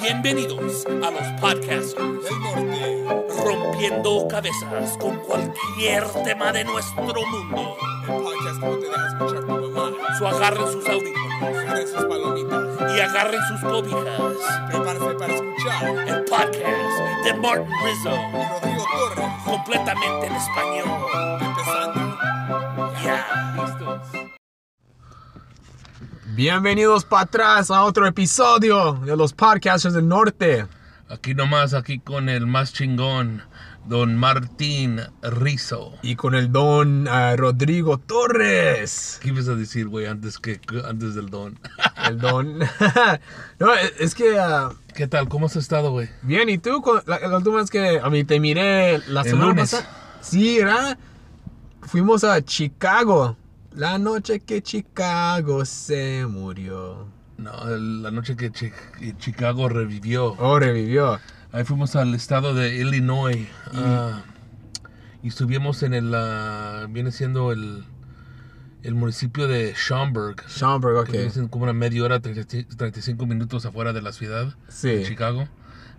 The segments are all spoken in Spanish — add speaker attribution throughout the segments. Speaker 1: Bienvenidos a los podcasters
Speaker 2: del norte,
Speaker 1: rompiendo cabezas con cualquier tema de nuestro mundo.
Speaker 2: el podcast que no te deja escuchar tu mamá.
Speaker 1: So agarren sus audífonos
Speaker 2: Agarren sus palomitas,
Speaker 1: y agarren sus cobijas.
Speaker 2: prepárate para escuchar
Speaker 1: El podcast de Martin Rizzo,
Speaker 2: y Rodrigo Torres,
Speaker 1: completamente en español.
Speaker 2: empezando.
Speaker 1: Ya, listos.
Speaker 3: Bienvenidos para atrás a otro episodio de los Podcasters del Norte.
Speaker 4: Aquí nomás, aquí con el más chingón, don Martín Rizo.
Speaker 3: Y con el don ah, Rodrigo Torres.
Speaker 4: ¿Qué ibas a decir, güey, antes, que, antes del don?
Speaker 3: El don. no, es es que. ah,
Speaker 4: ¿Qué tal? ¿Cómo has estado, güey?
Speaker 3: bien, ¿y tú? Con- La, la última vez que a mí te miré la
Speaker 4: El
Speaker 3: semana
Speaker 4: lunes.
Speaker 3: pasada. Sí, ¿verdad? Fuimos a Chicago. La noche que Chicago se murió.
Speaker 4: No, el- la noche que Chi- que Chicago revivió.
Speaker 3: Oh, revivió.
Speaker 4: Ahí fuimos al estado de Illinois. ah, y estuvimos en el, ah, viene siendo el, el municipio de Schaumburg.
Speaker 3: Schaumburg, ok.
Speaker 4: que viene siendo como una media hora, 30 35 minutos afuera de la ciudad. de
Speaker 3: Sí.
Speaker 4: Chicago.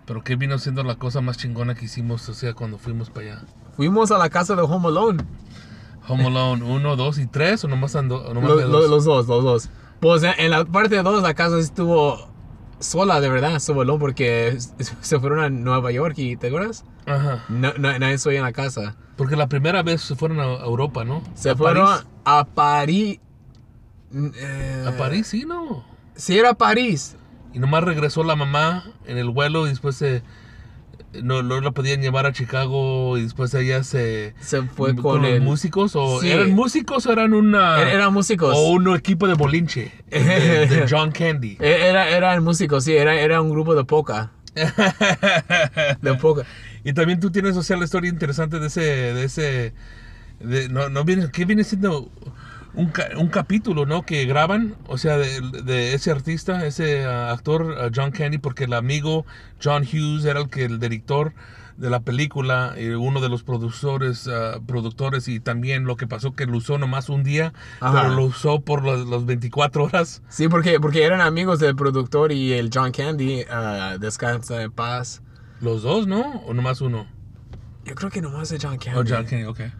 Speaker 4: Pero que vino siendo la cosa más chingona que hicimos, o sea, cuando fuimos para allá.
Speaker 3: Fuimos a la casa de Home Alone.
Speaker 4: Home Alone 1, 2 y 3, o nomás ando. o nomás
Speaker 3: Lo-
Speaker 4: de
Speaker 3: lo-
Speaker 4: dos?
Speaker 3: los dos, los dos. Pues en, en la parte 2 la casa estuvo sola, de verdad, sola, porque s- se fueron a Nueva York y, ¿te acuerdas?
Speaker 4: Ajá.
Speaker 3: No, no- nadie estoy en la casa.
Speaker 4: Porque la primera vez se fueron a a Europa, ¿no?
Speaker 3: Se
Speaker 4: ¿A
Speaker 3: fueron
Speaker 4: París?
Speaker 3: a París. N- eh,
Speaker 4: A París, sí, ¿no?
Speaker 3: Sí, era París.
Speaker 4: Y nomás regresó la mamá en el vuelo y después se. No, no la podían llevar a Chicago y después ella se.
Speaker 3: Se fue con,
Speaker 4: los
Speaker 3: el...
Speaker 4: músicos. ¿O
Speaker 3: Sí.
Speaker 4: eran músicos o eran una.
Speaker 3: er- Eran músicos.
Speaker 4: o un equipo de bolinche. De, de John Candy.
Speaker 3: E- Era, eran músicos, sí, era, era un grupo de poca.
Speaker 4: Eh.
Speaker 3: De poca.
Speaker 4: Y también tú tienes, o sea, la historia interesante de ese, de ese, de- no, no viene, que viene siendo un, ca- un capítulo, ¿no? Que graban, o sea, de, de ese artista, ese ah, actor, ah, John Candy, porque el amigo John Hughes era el que, el director de la película, eh, uno de los productores, ah, productores, y también lo que pasó que lo usó nomás un día,
Speaker 3: Ajá.
Speaker 4: pero lo usó por los, los 24 horas.
Speaker 3: Sí, porque, porque eran amigos del productor y el John Candy, ah, Descansa en paz.
Speaker 4: Los dos, ¿no? ¿O nomás uno?
Speaker 3: Yo creo que nomás es John Candy.
Speaker 4: Oh, John Candy, ok.
Speaker 3: Lo,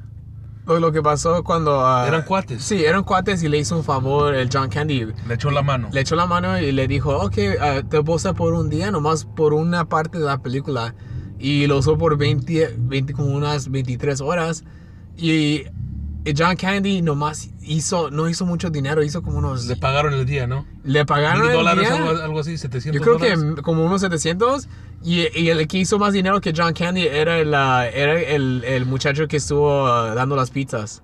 Speaker 3: Pues lo que pasó cuando... ah,
Speaker 4: Eran cuates.
Speaker 3: Sí, eran cuates y le hizo un favor el John Candy.
Speaker 4: Le echó la mano.
Speaker 3: Le echó la mano y le dijo, ok, ah, te posa por un día, nomás por una parte de la película. Y lo usó por 20, 20 como unas 23 horas. Y y John Candy nomás hizo, no hizo mucho dinero, hizo como unos...
Speaker 4: Le pagaron el día, ¿no?
Speaker 3: le pagaron
Speaker 4: Mil
Speaker 3: el
Speaker 4: dólares,
Speaker 3: día.
Speaker 4: algo, algo así, 700
Speaker 3: Ah, Yo creo
Speaker 4: dólares.
Speaker 3: que como unos 700. Y, y el que hizo más dinero que John Candy era el, ah, era el, el muchacho que estuvo ah, dando las pizzas.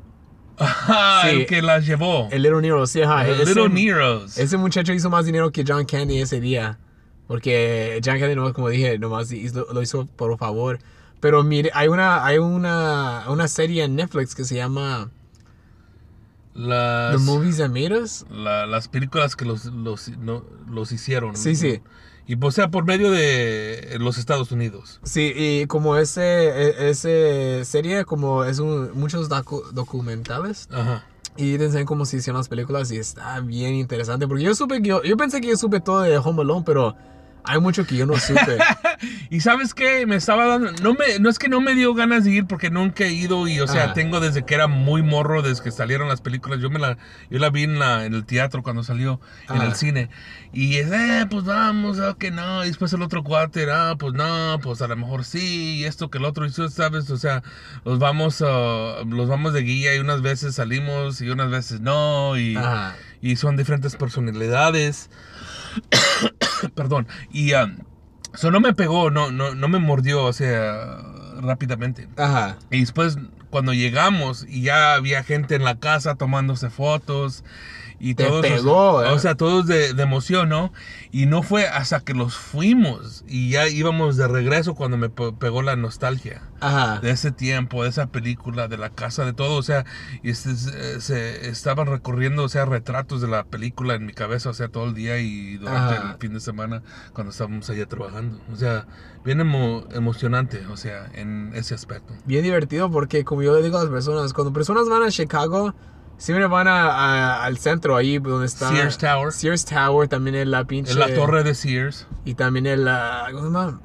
Speaker 4: Ajá,
Speaker 3: Sí.
Speaker 4: Ah, el que las llevó.
Speaker 3: El Little Nero, sí, ajá.
Speaker 4: The
Speaker 3: ese,
Speaker 4: Little Neros.
Speaker 3: ese muchacho hizo más dinero que John Candy ese día. Porque John Candy, nomás, como dije, nomás hizo- lo hizo por favor. Pero mire, hay una, hay una, una serie en Netflix que se llama The
Speaker 4: Las,
Speaker 3: Movies That Made Us.
Speaker 4: la- las películas que los, los, no- los hicieron.
Speaker 3: Sí, sí.
Speaker 4: Y pues sea por medio de los Estados Unidos.
Speaker 3: Sí, y como ese, e- ese serie, como es un- muchos docu- documentales.
Speaker 4: Ajá.
Speaker 3: Y te enseñan cómo se hicieron las películas y está bien interesante. Porque yo supe que yo, yo pensé que yo supe todo de Home Alone, pero hay mucho que yo no supe.
Speaker 4: Y sabes qué, me estaba dando, no, me, no es que no me dio ganas de ir porque nunca he ido y, o sea,
Speaker 3: Ajá.
Speaker 4: tengo desde que era muy morro, desde que salieron las películas, yo me la, yo la vi en, la, en el teatro cuando salió, en
Speaker 3: Ajá.
Speaker 4: el cine. Y es, eh, pues vamos, ah, que no, y después el otro cuate, ah, pues no, pues a lo mejor sí, y esto que el otro, y tú sabes, o sea, los vamos, ah, los vamos de guía y unas veces salimos y unas veces no, y
Speaker 3: Ajá.
Speaker 4: y son diferentes personalidades. Perdón. Y eso no me pegó, no, no, no me mordió, o sea, rápidamente.
Speaker 3: Ajá.
Speaker 4: Y después, cuando llegamos y ya había gente en la casa tomándose fotos y
Speaker 3: Te
Speaker 4: todos. o sea-
Speaker 3: pegó, eh.
Speaker 4: O sea, todos de, de emoción, ¿no? Y no fue hasta que los fuimos y ya íbamos de regreso cuando me pe- pegó la nostalgia
Speaker 3: Ajá.
Speaker 4: de ese tiempo, de esa película, de la casa, de todo. O sea, y este, se, se- estaban recorriendo, o sea, retratos de la película en mi cabeza, o sea, todo el día y durante
Speaker 3: Ajá.
Speaker 4: el fin de semana cuando estábamos allá trabajando. O sea, bien emo- emocionante, o sea, en ese aspecto.
Speaker 3: Bien divertido porque, como yo le digo a las personas, cuando personas van a Chicago, Siempre van a, a- al centro, ahí donde está.
Speaker 4: Sears Tower.
Speaker 3: Sears Tower, también es la pinche.
Speaker 4: En la torre de Sears.
Speaker 3: Y también el. ah, ¿Cómo se llama?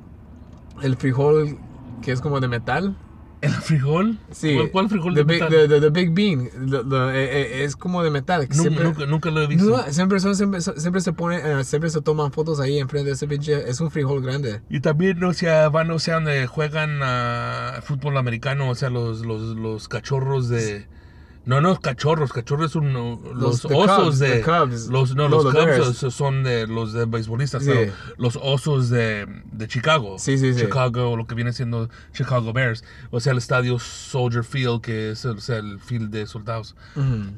Speaker 3: El frijol que es como de metal.
Speaker 4: ¿El frijol?
Speaker 3: Sí.
Speaker 4: ¿Cuál, cuál frijol
Speaker 3: the
Speaker 4: de
Speaker 3: big,
Speaker 4: metal?
Speaker 3: The, the- the Big Bean. The- the- eh, eh, es como de metal. que
Speaker 4: Nunca-
Speaker 3: siempre-
Speaker 4: nunca, nunca lo he visto.
Speaker 3: No, siempre, son- siempre, siempre se pone, eh, siempre se toman fotos ahí enfrente de ese pinche. Es un frijol grande.
Speaker 4: Y también, o sea, van, o sea, donde juegan ah, fútbol americano, o sea, los, los, los cachorros de... No, no, cachorros, cachorros son no, los,
Speaker 3: Los- the
Speaker 4: osos
Speaker 3: Cubs,
Speaker 4: de...
Speaker 3: the Cubs.
Speaker 4: Los, no,
Speaker 3: No,
Speaker 4: los
Speaker 3: the
Speaker 4: Cubs
Speaker 3: Bears.
Speaker 4: son- son de los de beisbolistas,
Speaker 3: Sí.
Speaker 4: pero los osos de, de Chicago.
Speaker 3: Sí, sí, sí.
Speaker 4: Chicago, lo que viene siendo Chicago Bears. O sea, el estadio Soldier Field, que es el, o sea, el field de soldados.
Speaker 3: Ujú.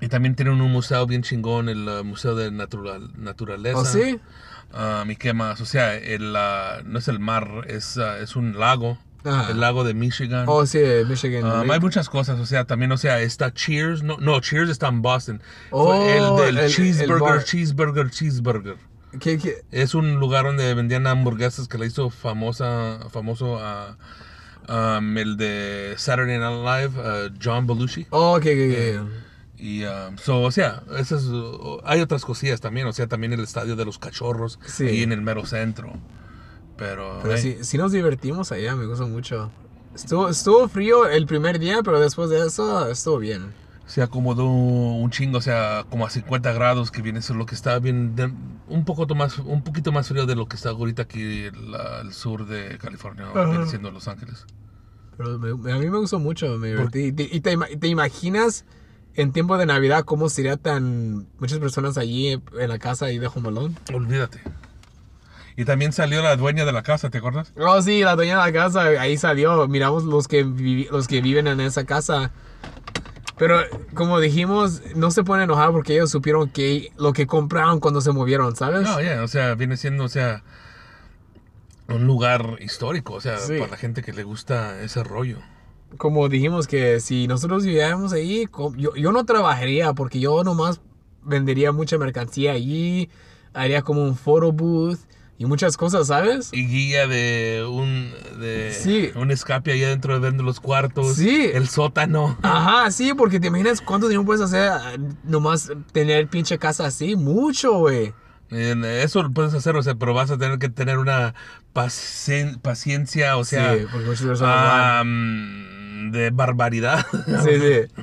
Speaker 4: Y también tienen un museo bien chingón, el ah, Museo de Natural, Naturaleza.
Speaker 3: ¿O sí?
Speaker 4: Ah, ¿Y qué más? O sea, el, ah, no es el mar, es, ah, es un lago.
Speaker 3: Ah.
Speaker 4: El lago de Michigan.
Speaker 3: Oh, sí, Michigan.
Speaker 4: Ah,
Speaker 3: Lake.
Speaker 4: hay muchas cosas, o sea, también, o sea, está Cheers, no, no Cheers está en Boston.
Speaker 3: Oh,
Speaker 4: Fue el del
Speaker 3: el- el
Speaker 4: cheeseburger,
Speaker 3: bar.
Speaker 4: cheeseburger, cheeseburger.
Speaker 3: ¿Qué- qué?
Speaker 4: Es un lugar donde vendían hamburguesas que le hizo famosa, famoso a um, el de Saturday Night Live, ah, John Belushi.
Speaker 3: Oh, ok, ok, ok.
Speaker 4: Y, um, so, o sea, esas, uh, hay otras cosillas también, o sea, también el estadio de los cachorros,
Speaker 3: Sí.
Speaker 4: ahí en el mero centro. Pero,
Speaker 3: Pero
Speaker 4: hey,
Speaker 3: sí, sí nos divertimos allá, me gustó mucho. Estuvo, estuvo frío el primer día, pero después de eso estuvo bien.
Speaker 4: se acomodó un chingo, o sea, como a 50 grados, que viene a ser lo que está bien, de- un, poco más, un poquito más frío de lo que está ahorita aquí en la- el sur de California, o viene siendo Los Ángeles.
Speaker 3: Pero me- me- a mí me gustó mucho, me divertí. Y te- ¿Y te, ima- te imaginas en tiempo de Navidad cómo sería tan muchas personas allí en la casa ahí de Jomalón?
Speaker 4: Olvídate. Y también salió la dueña de la casa, ¿te acuerdas?
Speaker 3: Oh, sí, la dueña de la casa, ahí salió. Miramos los que, vivi- los que viven en esa casa. Pero como dijimos, no se pueden enojar porque ellos supieron que lo que compraron cuando se movieron, ¿sabes?
Speaker 4: No, ya, o sea, viene siendo, o sea, un lugar histórico, o sea,
Speaker 3: Sí.
Speaker 4: para la gente que le gusta ese rollo.
Speaker 3: como dijimos que si nosotros viviéramos ahí, co- yo, yo no trabajaría porque yo nomás vendería mucha mercancía allí, haría como un photo booth y muchas cosas, ¿sabes?
Speaker 4: y guía de un de
Speaker 3: Sí.
Speaker 4: un escape ahí adentro de dentro de los cuartos.
Speaker 3: Sí.
Speaker 4: El sótano.
Speaker 3: Ajá, sí, porque te imaginas cuánto dinero puedes hacer ah, nomás tener pinche casa así, mucho, güey.
Speaker 4: En- Eso lo puedes hacer, o sea, pero vas a tener que tener una pacien- paciencia, o
Speaker 3: Sí,
Speaker 4: sea, ah.
Speaker 3: porque muchas personas van.
Speaker 4: am, de barbaridad.
Speaker 3: Sí, sí.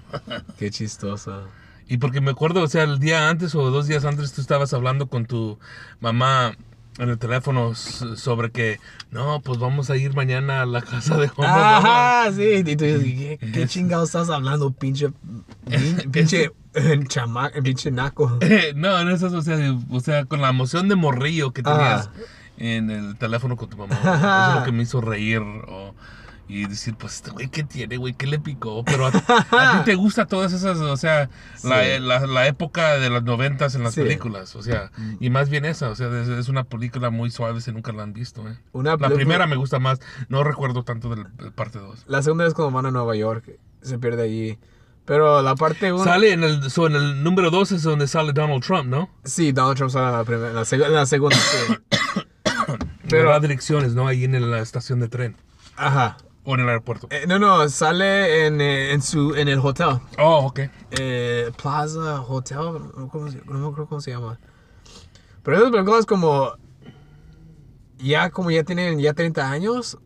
Speaker 3: Qué chistoso.
Speaker 4: Y porque me acuerdo, o sea, el día antes o dos días antes tú estabas hablando con tu mamá en el teléfono s- sobre que, no, pues vamos a ir mañana a la casa de Juan Obama".
Speaker 3: Ajá, sí. Y tú dices, ¿qué, qué chingados estás hablando, pinche. pinche. chama- pinche naco.
Speaker 4: no, en esas, o sea, o sea, con la emoción de morrillo que tenías
Speaker 3: Ajá.
Speaker 4: en el teléfono con tu mamá.
Speaker 3: Ajá.
Speaker 4: Eso es lo que me hizo reír. o- y decir, pues, este güey, ¿qué tiene, güey? ¿Qué le picó? Pero a, a ti te gusta todas esas, o sea, la, la- la época de los noventas en las
Speaker 3: Sí. Mm.
Speaker 4: películas. O sea, y más bien esa, o sea, es, es una película muy suave si nunca la han visto, ¿eh?
Speaker 3: Una
Speaker 4: la
Speaker 3: película-
Speaker 4: primera me gusta más. No recuerdo tanto del del parte 2.
Speaker 3: La segunda vez cuando van a Nueva York, se pierde allí. Pero la parte 1...
Speaker 4: Sale en el, so, en el número 2 es donde sale Donald Trump, ¿no?
Speaker 3: Sí, Donald Trump sale en la, primera, en la, seg- en la segunda. sí. Pero-
Speaker 4: Pero da direcciones, ¿no? Ahí en la estación de tren.
Speaker 3: Ajá.
Speaker 4: O en el aeropuerto.
Speaker 3: Eh, no, no, sale en, eh, en, su, en el hotel.
Speaker 4: Oh, ok.
Speaker 3: Eh, Plaza Hotel, no, ¿cómo se- no me acuerdo cómo se llama. Pero esas películas como... Ya como ya tienen ya 30 años,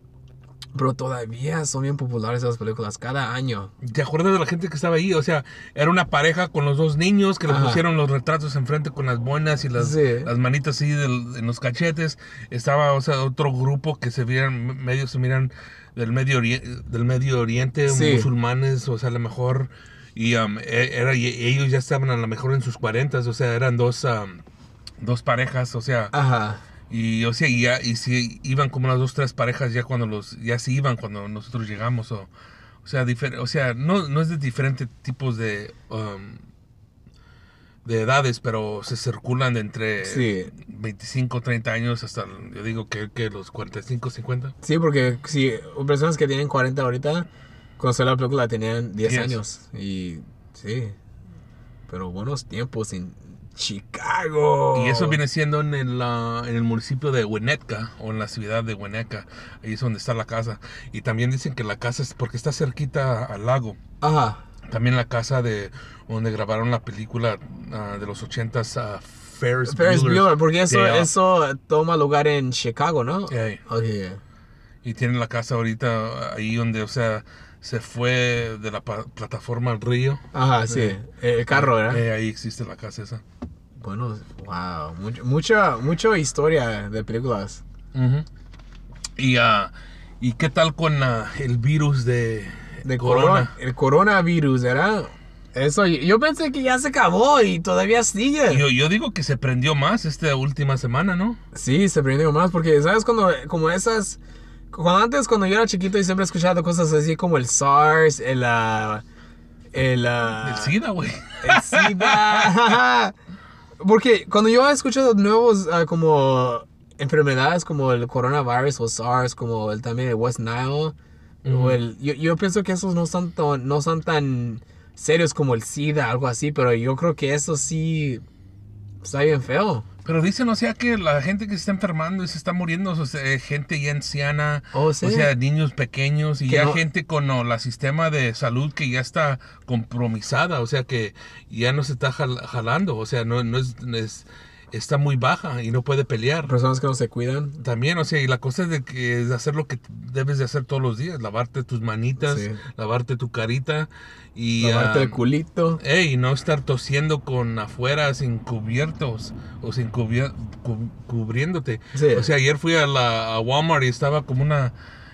Speaker 3: pero todavía son bien populares esas películas cada año.
Speaker 4: ¿Te acuerdas de la gente que estaba ahí? O sea, era una pareja con los dos niños que le
Speaker 3: Ajá.
Speaker 4: pusieron los retratos enfrente con las buenas y las,
Speaker 3: Sí.
Speaker 4: las manitas así del- en los cachetes. Estaba, o sea, otro grupo que se vieran, medio se miran del Medio, Ori- del medio Oriente,
Speaker 3: Sí.
Speaker 4: musulmanes, o sea, a lo mejor. Y um, e- era, y ellos ya estaban a lo mejor en sus cuarentas, o sea, eran dos, um, dos parejas, o sea.
Speaker 3: Ajá.
Speaker 4: Y o sea, y, ya, y si iban como las dos, tres parejas ya cuando los, ya se iban cuando nosotros llegamos. O, o sea, difer- o sea no, no es de diferentes tipos de, um, de edades, pero se circulan de entre
Speaker 3: Sí.
Speaker 4: 25, 30 años hasta, yo digo que, que los 45, 50.
Speaker 3: Sí, porque si personas que tienen 40 ahorita, cuando salió la película tenían 10
Speaker 4: Diez.
Speaker 3: años. Y sí. Pero buenos tiempos en Chicago.
Speaker 4: Y eso viene siendo en el, ah, en el municipio de Huenetka o en la ciudad de Hueneca. Ahí es donde está la casa. Y también dicen que la casa es porque está cerquita al lago.
Speaker 3: Ajá.
Speaker 4: También la casa de donde grabaron la película ah, de los 80s, ah, Ferris,
Speaker 3: Ferris
Speaker 4: Bueller's
Speaker 3: Bueller, porque eso,
Speaker 4: Day Off.
Speaker 3: eso toma lugar en Chicago, ¿no?
Speaker 4: Ey.
Speaker 3: Ok, yeah.
Speaker 4: Y tienen la casa ahorita ahí donde, o sea, se fue de la pa- plataforma al río.
Speaker 3: Ajá, sí. El carro, ¿verdad?
Speaker 4: Eh, ahí existe la casa esa.
Speaker 3: Bueno, wow. Mucho, mucha, mucha historia de películas.
Speaker 4: Ujú. y, ah, ¿Y qué tal con ah, el virus de,
Speaker 3: De corona. El coronavirus, ¿verdad? Eso, yo- yo pensé que ya se acabó y todavía sigue.
Speaker 4: Yo, yo digo que se prendió más esta última semana, ¿no?
Speaker 3: Sí, se aprendió más porque, ¿sabes? Cuando, como esas... Cuando antes, cuando yo era chiquito y siempre he escuchado cosas así como el SARS, el... ah, el, ah,
Speaker 4: El SIDA, güey.
Speaker 3: el SIDA. Porque cuando yo escucho de nuevos ah, como enfermedades como el coronavirus o SARS, como el también el West Nile, o el, yo, yo pienso que esos no son, tan, no son tan serios como el SIDA, algo así, pero yo creo que eso sí está bien feo.
Speaker 4: Pero dicen, o sea, que la gente que se está enfermando y se está muriendo, o sea, gente ya anciana,
Speaker 3: Oh, sí.
Speaker 4: o sea, niños pequeños y
Speaker 3: Que
Speaker 4: ya
Speaker 3: no-
Speaker 4: gente con el sistema de salud que ya está compromisada, o sea, que ya no se está jal- jalando, o sea, no, no es, no es- está muy baja y no puede pelear.
Speaker 3: Personas que no se cuidan.
Speaker 4: También, o sea, y la cosa es de que es de hacer lo que debes de hacer todos los días, lavarte tus manitas,
Speaker 3: Sí.
Speaker 4: lavarte tu carita y
Speaker 3: Lavarte
Speaker 4: ah,
Speaker 3: el culito.
Speaker 4: Ey, no estar tosiendo con afuera sin cubiertos o sin cubier- cu- cubriéndote.
Speaker 3: Sí.
Speaker 4: O sea, ayer fui a la a Walmart y estaba como una,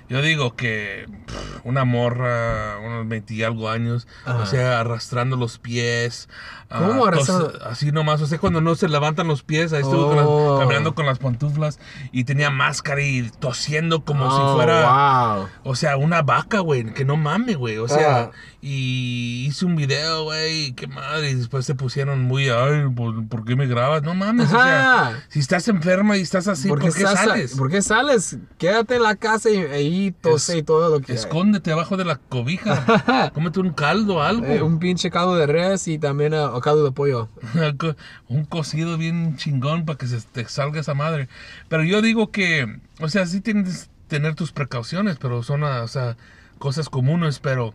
Speaker 4: yo digo que pff, una morra, unos 20 y algo años,
Speaker 3: Ajá.
Speaker 4: o sea, arrastrando los pies. ah,
Speaker 3: ¿Cómo arrastrando?
Speaker 4: tos- Así nomás, o sea, cuando no se levantan los pies, ahí estuvo con las-
Speaker 3: Oh.
Speaker 4: caminando con las pantuflas y tenía máscara y tosiendo como
Speaker 3: Oh,
Speaker 4: si fuera...
Speaker 3: Wow.
Speaker 4: O sea, una vaca, güey, que no mame, güey. O sea,
Speaker 3: Ah.
Speaker 4: y hice un video, güey, y qué madre. Y después se pusieron muy, ay, ¿por, por qué me grabas? No mames, o
Speaker 3: Ajá.
Speaker 4: sea, si estás enferma y estás así, ¿por qué,
Speaker 3: estás-
Speaker 4: sales?
Speaker 3: ¿Por qué sales? Quédate en la casa y ahí tose
Speaker 4: Es-
Speaker 3: y todo lo que...
Speaker 4: Escóndete abajo de la cobija. Cómete un caldo, algo.
Speaker 3: Eh, un pinche caldo de res y también eh, o caldo de pollo.
Speaker 4: Co- un cocido bien chingón para que se te salga esa madre. Pero yo digo que, o sea, sí tienes que tener tus precauciones, pero son, ah, o sea, cosas comunes, pero,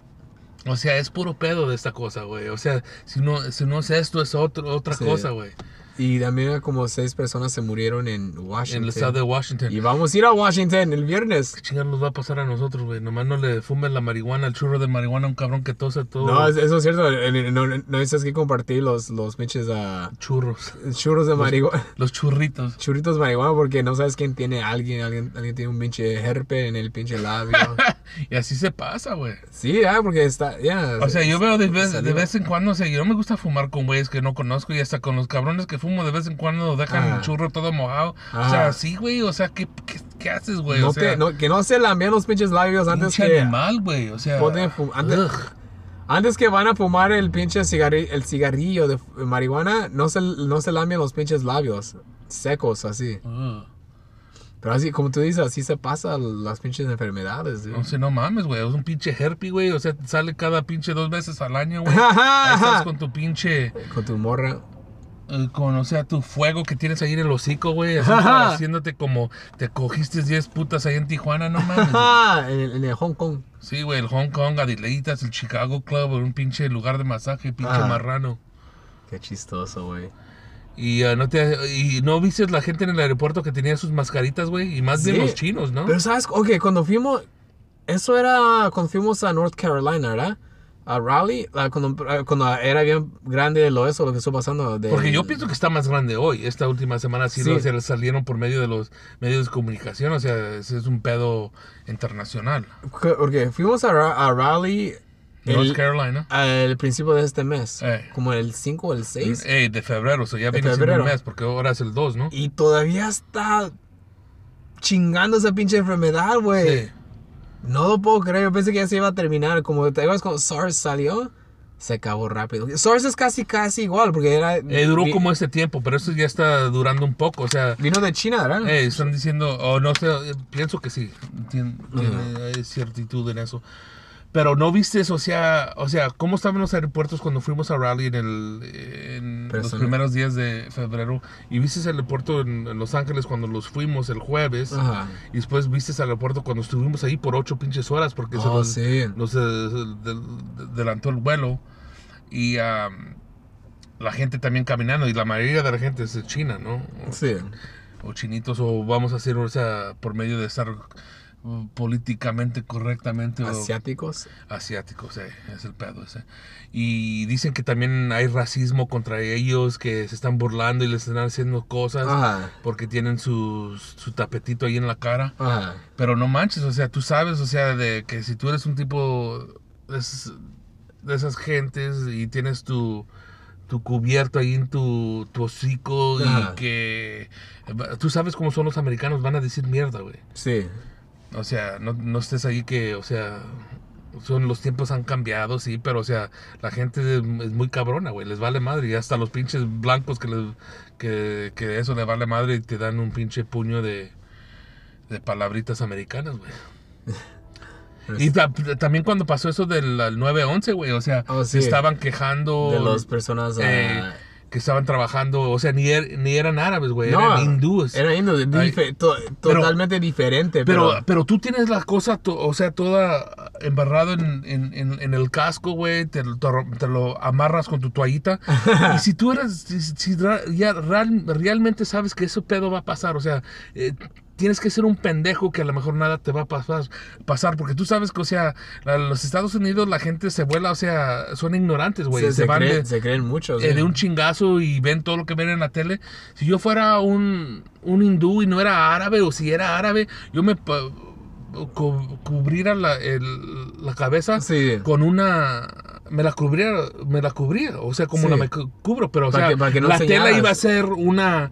Speaker 4: o sea, es puro pedo de esta cosa, güey. O sea, si no, si no es esto, es otro, otra
Speaker 3: Sí.
Speaker 4: cosa, güey.
Speaker 3: Y también como seis personas se murieron en Washington.
Speaker 4: En el estado de Washington.
Speaker 3: Y vamos a ir a Washington el viernes.
Speaker 4: ¿Qué chingar nos va a pasar a nosotros, güey? Nomás no le fumes la marihuana, el churro de marihuana a un cabrón que tose todo.
Speaker 3: No, es- eso es cierto. eh, eh, No, no, es que compartir los, los pinches ah,
Speaker 4: Churros.
Speaker 3: churros de marihuana.
Speaker 4: Los churritos.
Speaker 3: Churritos de marihuana porque no sabes quién tiene a alguien. Alguien, alguien tiene un pinche herpe en el pinche labio.
Speaker 4: y así se pasa, güey.
Speaker 3: sí, ah, porque está... ya
Speaker 4: O sea, yo veo de vez, de
Speaker 3: saliva.
Speaker 4: vez en cuando, o sea, yo no me gusta fumar con güeyes que no conozco y hasta con los cabrones que fumo de vez en cuando dejan
Speaker 3: Ajá.
Speaker 4: el churro todo mojado. O
Speaker 3: Ajá.
Speaker 4: sea, sí, güey, o sea, ¿qué, qué, qué haces, güey?
Speaker 3: Ah. No
Speaker 4: o
Speaker 3: te-
Speaker 4: sea,
Speaker 3: no- que no se lambian los pinches labios antes
Speaker 4: pinche
Speaker 3: que...
Speaker 4: animal, güey, o sea.
Speaker 3: Ponte a fum- antes-
Speaker 4: ugh.
Speaker 3: Antes que van a fumar el pinche cigarri- el cigarrillo de f- marihuana, no se, no se lamen los pinches labios secos así.
Speaker 4: Ugh.
Speaker 3: Pero así, como tú dices, así se pasan las pinches enfermedades, dude.
Speaker 4: O sea, no mames, güey, es un pinche herpy, güey, o sea, te sale cada pinche dos veces al año, güey. Ahí estás con tu pinche,
Speaker 3: Con tu morra.
Speaker 4: eh, con, o sea, tu fuego que tienes ahí en el hocico, güey, así,
Speaker 3: Ajá.
Speaker 4: haciéndote como te cogiste 10 putas ahí en Tijuana, no mames. güey.
Speaker 3: Ah, en, el- en el Hong Kong.
Speaker 4: Sí, güey, el Hong Kong, Adileitas, el Chicago Club, un pinche lugar de masaje, pinche
Speaker 3: Ah.
Speaker 4: marrano.
Speaker 3: Qué chistoso, güey.
Speaker 4: Y, ah, no te, y no viste la gente en el aeropuerto que tenía sus mascaritas, güey, y más
Speaker 3: Sí.
Speaker 4: bien los chinos, ¿no?
Speaker 3: Pero sabes, ok, cuando fuimos, eso era cuando fuimos a North Carolina, ¿verdad? A Raleigh, ah, cuando, ah, cuando era bien grande lo eso, lo que estuvo pasando. de-
Speaker 4: Porque yo pienso que está más grande hoy. Esta última semana sí,
Speaker 3: Sí.
Speaker 4: lo- se le salieron por medio de los medios de comunicación, o sea, ese es un pedo internacional.
Speaker 3: que- Porque fuimos a, Ra- a Raleigh.
Speaker 4: North
Speaker 3: el-
Speaker 4: Carolina.
Speaker 3: al principio de este mes,
Speaker 4: Eh.
Speaker 3: como el 5 o el 6,
Speaker 4: Ey, de febrero, o sea, ya
Speaker 3: De
Speaker 4: viene siendo
Speaker 3: febrero.
Speaker 4: un mes, porque ahora es el 2, ¿no?
Speaker 3: y todavía está chingando esa pinche enfermedad, güey.
Speaker 4: Sí.
Speaker 3: No lo puedo creer, yo pensé que ya se iba a terminar, como te acuerdas cuando SARS salió, se acabó rápido. SARS es casi casi igual, porque era
Speaker 4: Eh, duró
Speaker 3: vi-
Speaker 4: como este tiempo, pero eso ya está durando un poco, o sea,
Speaker 3: vino de China, ¿verdad?
Speaker 4: Eh, están diciendo, o no sé, eh, pienso que sí, tien- tiene eh, ciertitud en eso. Pero no viste eso, o sea, o sea, ¿cómo estaban los aeropuertos cuando fuimos a Raleigh en, el, en los
Speaker 3: Personal.
Speaker 4: primeros días de febrero? Y viste el aeropuerto en, en Los Ángeles cuando los fuimos el jueves.
Speaker 3: Ajá.
Speaker 4: Y después viste al aeropuerto cuando estuvimos ahí por ocho pinches horas porque se
Speaker 3: Oh,
Speaker 4: nos,
Speaker 3: sí.
Speaker 4: nos, eh, del- adelantó el vuelo. Y am, la gente también caminando. Y la mayoría de la gente es de China, ¿no?
Speaker 3: Sí.
Speaker 4: o chinitos o vamos a hacer o sea, por medio de estar mm, políticamente correctamente o
Speaker 3: Asiáticos.
Speaker 4: asiáticos eh, es el pedo ese y dicen que también hay racismo contra ellos que se están burlando y les están haciendo cosas
Speaker 3: Ajá.
Speaker 4: porque tienen su, su tapetito ahí en la cara
Speaker 3: Ajá.
Speaker 4: pero no manches o sea tú sabes o sea de que si tú eres un tipo de, esas- de esas gentes y tienes tu tu cubierto ahí en tu, tu hocico
Speaker 3: Ajá.
Speaker 4: y que tú sabes cómo son los americanos, van a decir mierda, güey.
Speaker 3: Sí.
Speaker 4: O sea, no, no estés ahí que, o sea, son los tiempos han cambiado, sí, pero, o sea, la gente es, es muy cabrona, güey, les vale madre. Y hasta los pinches blancos que, les, que, que eso le vale madre y te dan un pinche puño de, de palabritas americanas, güey. Y
Speaker 3: Es-
Speaker 4: ta- también cuando pasó eso del al 9-11, güey, o sea,
Speaker 3: Oh,
Speaker 4: se
Speaker 3: sí.
Speaker 4: estaban quejando
Speaker 3: de las personas.
Speaker 4: eh,
Speaker 3: ah,
Speaker 4: que estaban trabajando, o sea, ni, er- ni eran árabes, güey,
Speaker 3: no,
Speaker 4: eran hindúes.
Speaker 3: Era hindú, de-
Speaker 4: Ay,
Speaker 3: dife- to- totalmente diferente.
Speaker 4: Pero,
Speaker 3: Pero,
Speaker 4: pero tú tienes la cosa, to- o sea, toda embarrado en, en- en- en el casco, güey, te, lo- te ro- te lo amarras con tu toallita. y si tú eres, si, si ra- ya real- realmente sabes que ese pedo va a pasar, o sea, eh, tienes que ser un pendejo que a lo mejor nada te va a pasar, pasar porque tú sabes que, o sea, la- los Estados Unidos la gente se vuela, o sea, son ignorantes, güey.
Speaker 3: se,
Speaker 4: se
Speaker 3: se
Speaker 4: van
Speaker 3: creen,
Speaker 4: de-
Speaker 3: se creen mucho.
Speaker 4: eh,
Speaker 3: Pues sí.
Speaker 4: de un chingazo y ven todo lo que ven en la tele. Si yo fuera un, un hindú y no era árabe, o si era árabe, yo me pa- cu- cubriera la, el- la cabeza
Speaker 3: Sí.
Speaker 4: con una... Me la cubría, me la cubría, o sea, como
Speaker 3: Sí.
Speaker 4: la me cu- cubro, pero o
Speaker 3: Para
Speaker 4: sea,
Speaker 3: que- para que no
Speaker 4: la tela
Speaker 3: señalas.
Speaker 4: iba a ser una,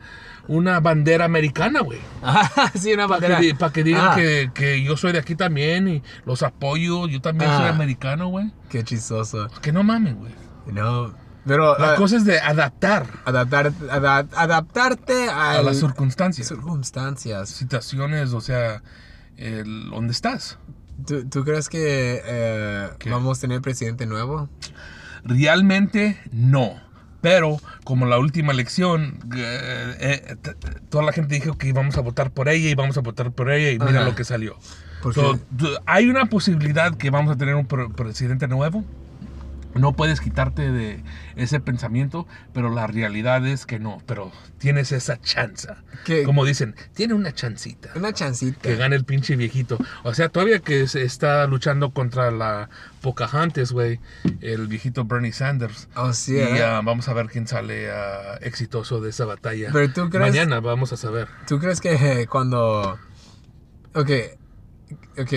Speaker 4: una bandera americana, güey.
Speaker 3: Ajá, sí,
Speaker 4: Para
Speaker 3: una Ah, bandera.
Speaker 4: que, di- pa' que digan
Speaker 3: Ah,
Speaker 4: que, que yo soy de aquí también y los apoyo, yo también soy
Speaker 3: Ah.
Speaker 4: americano, güey.
Speaker 3: Qué chistoso.
Speaker 4: Que no mamen, güey.
Speaker 3: No. Pero
Speaker 4: La
Speaker 3: ah,
Speaker 4: cosa es de adaptar
Speaker 3: adaptar, ada- adaptarte
Speaker 4: a
Speaker 3: al-
Speaker 4: las circunstancias.
Speaker 3: circunstancias.
Speaker 4: situaciones, o sea, el- ¿dónde estás?
Speaker 3: ¿Tú, tú crees que eh,
Speaker 4: ¿Qué?
Speaker 3: vamos a tener presidente nuevo?
Speaker 4: Realmente no. Pero como la última elección, eh, eh, t- toda la gente dijo que íbamos a votar por ella y vamos a votar por ella y mira
Speaker 3: Ajá.
Speaker 4: lo que salió.
Speaker 3: Porque
Speaker 4: So, d- ¿Hay una posibilidad que vamos a tener un pre- presidente nuevo? No puedes quitarte de ese pensamiento, pero la realidad es que no. Pero tienes esa chanza.
Speaker 3: ¿Qué?
Speaker 4: Como dicen, tiene una chancita.
Speaker 3: una chancita.
Speaker 4: que gane el pinche viejito. O sea, todavía que se está luchando contra la Pocahontas, güey, el viejito Bernie Sanders.
Speaker 3: Oh, sí,
Speaker 4: y
Speaker 3: ¿eh?
Speaker 4: ah, vamos a ver quién sale ah, exitoso de esa batalla.
Speaker 3: Pero tú crees-
Speaker 4: Mañana vamos a saber.
Speaker 3: ¿Tú crees que eh, cuando... Ok, ok,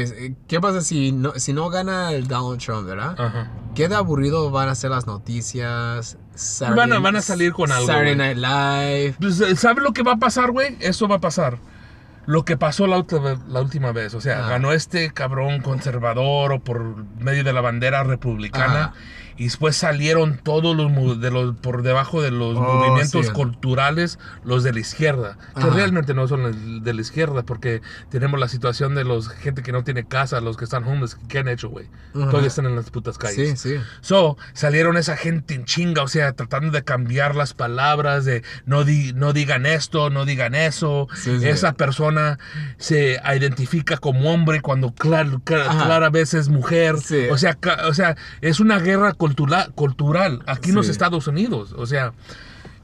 Speaker 3: ¿qué pasa si no, si no gana el Donald Trump, verdad?
Speaker 4: Ajá.
Speaker 3: Qué de aburrido van a ser las noticias. Saturday-
Speaker 4: Van a- van a salir con algo,
Speaker 3: Saturday
Speaker 4: güey.
Speaker 3: Night Live.
Speaker 4: Pues, ¿Sabes lo que va a pasar, güey? Eso va a pasar. Lo que pasó la, ulti- la última vez. O sea,
Speaker 3: Ah.
Speaker 4: ganó este cabrón conservador o por medio de la bandera republicana.
Speaker 3: Ah.
Speaker 4: Y después salieron todos los, mu- de los por debajo de los
Speaker 3: Oh,
Speaker 4: movimientos
Speaker 3: sí.
Speaker 4: culturales, los de la izquierda. Que
Speaker 3: Ajá.
Speaker 4: realmente no son los de la izquierda, porque tenemos la situación de los gente que no tiene casa, los que están homeless. ¿Qué han hecho, güey?
Speaker 3: Ajá.
Speaker 4: Todavía están en las putas calles.
Speaker 3: Sí, sí.
Speaker 4: So, salieron esa gente en chinga, o sea, tratando de cambiar las palabras, de no, di- no digan esto, no digan eso.
Speaker 3: Sí, sí.
Speaker 4: Esa persona se identifica como hombre cuando clar- cla-
Speaker 3: Ajá.
Speaker 4: clara vez es mujer.
Speaker 3: Sí.
Speaker 4: O, sea, ca- o sea, es una guerra cultura- cultural aquí en los
Speaker 3: Sí.
Speaker 4: Estados Unidos. O sea,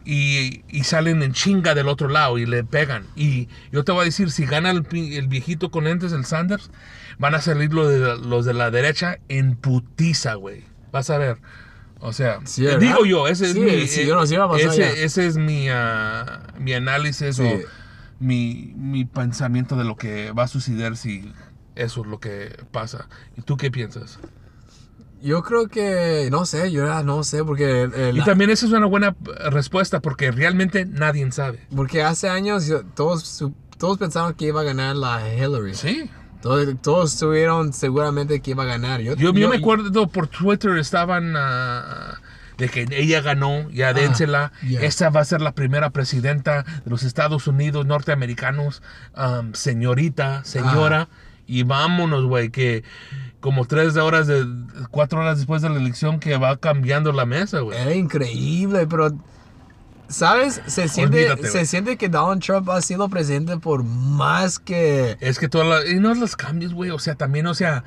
Speaker 4: y, y salen en chinga del otro lado y le pegan. Y yo te voy a decir, si gana el, pi- el viejito con lentes, el Sanders, van a salir los de, los de la derecha en putiza, güey. Vas a ver. O sea,
Speaker 3: Sí, ¿verdad?
Speaker 4: digo yo, ese
Speaker 3: Sí,
Speaker 4: es mi,
Speaker 3: sí, yo no sé, iba a pasar ya.
Speaker 4: ese, ese es mi, ah, mi análisis
Speaker 3: Sí.
Speaker 4: o mi, mi pensamiento de lo que va a suceder si eso es lo que pasa. ¿Y tú qué piensas?
Speaker 3: Yo creo que, no sé, yo ya no sé, porque, eh,
Speaker 4: Y
Speaker 3: la-
Speaker 4: también esa es una buena eh, respuesta porque realmente nadie sabe.
Speaker 3: porque hace años yo- todos, su- todos pensaron que iba a ganar la Hillary.
Speaker 4: Sí.
Speaker 3: Todos, todos estuvieron seguramente que iba a ganar. Yo,
Speaker 4: Yo, yo
Speaker 3: yo-
Speaker 4: me acuerdo por Twitter estaban ah, de que ella ganó, ya dénsela.
Speaker 3: ya.
Speaker 4: Esta va a ser la primera presidenta de los Estados Unidos norteamericanos, am, señorita, señora. Y vámonos, güey, que como tres horas, de, cuatro horas después de la elección que va cambiando la mesa, güey.
Speaker 3: Era increíble, pero. ¿Sabes? Se siente,
Speaker 4: Olvídate,
Speaker 3: se
Speaker 4: güey.
Speaker 3: siente que Donald Trump ha sido presidente por más que.
Speaker 4: Es que todas las... Y no las cambios, güey. O sea, también, o sea...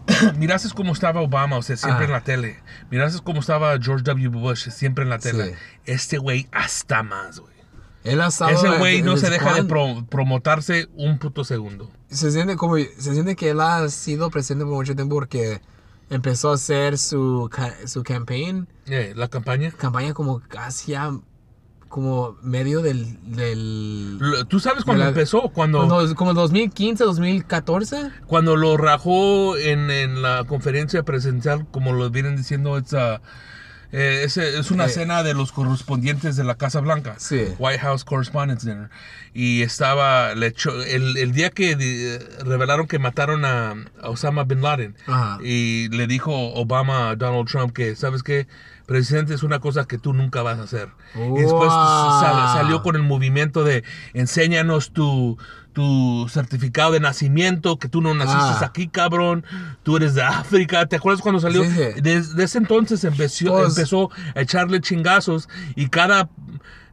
Speaker 4: Mirases cómo estaba Obama, o sea, siempre
Speaker 3: Ah.
Speaker 4: en la tele. Mirases cómo estaba George W. Bush, siempre en la tele.
Speaker 3: Sí.
Speaker 4: Este güey hasta más, güey.
Speaker 3: Él ha estado.
Speaker 4: Ese güey no
Speaker 3: desde
Speaker 4: se deja de
Speaker 3: Juan-
Speaker 4: pro- promotarse un puto segundo.
Speaker 3: se siente como se siente que él ha sido presidente por mucho tiempo porque empezó a hacer su ca- su campaign
Speaker 4: Eh, la campaña.
Speaker 3: campaña como casi a- como medio del, del
Speaker 4: Lo- ¿Tú sabes cuando
Speaker 3: La-
Speaker 4: empezó? Cuando,
Speaker 3: como- como 2015 2014
Speaker 4: cuando lo rajó en, en la conferencia presencial, como lo vienen diciendo, es, ah, eh, es, es una
Speaker 3: Eh.
Speaker 4: cena de los correspondientes de la Casa Blanca.
Speaker 3: Sí.
Speaker 4: White House Correspondents Dinner. Y estaba, le echó- el, el día que di- revelaron que mataron a, a Osama Bin Laden.
Speaker 3: Ajá.
Speaker 4: Y le dijo Obama a Donald Trump que, ¿sabes qué? Presidente es una cosa que tú nunca vas a hacer. Y después
Speaker 3: Wow.
Speaker 4: sal- salió con el movimiento de enséñanos tu, tu certificado de nacimiento, que tú no naciste
Speaker 3: Ah.
Speaker 4: aquí, cabrón. Tú eres de África. ¿Te acuerdas cuando salió?
Speaker 3: Sí, sí.
Speaker 4: Desde ese entonces empezó,
Speaker 3: Pues-
Speaker 4: empezó a echarle chingazos y cada,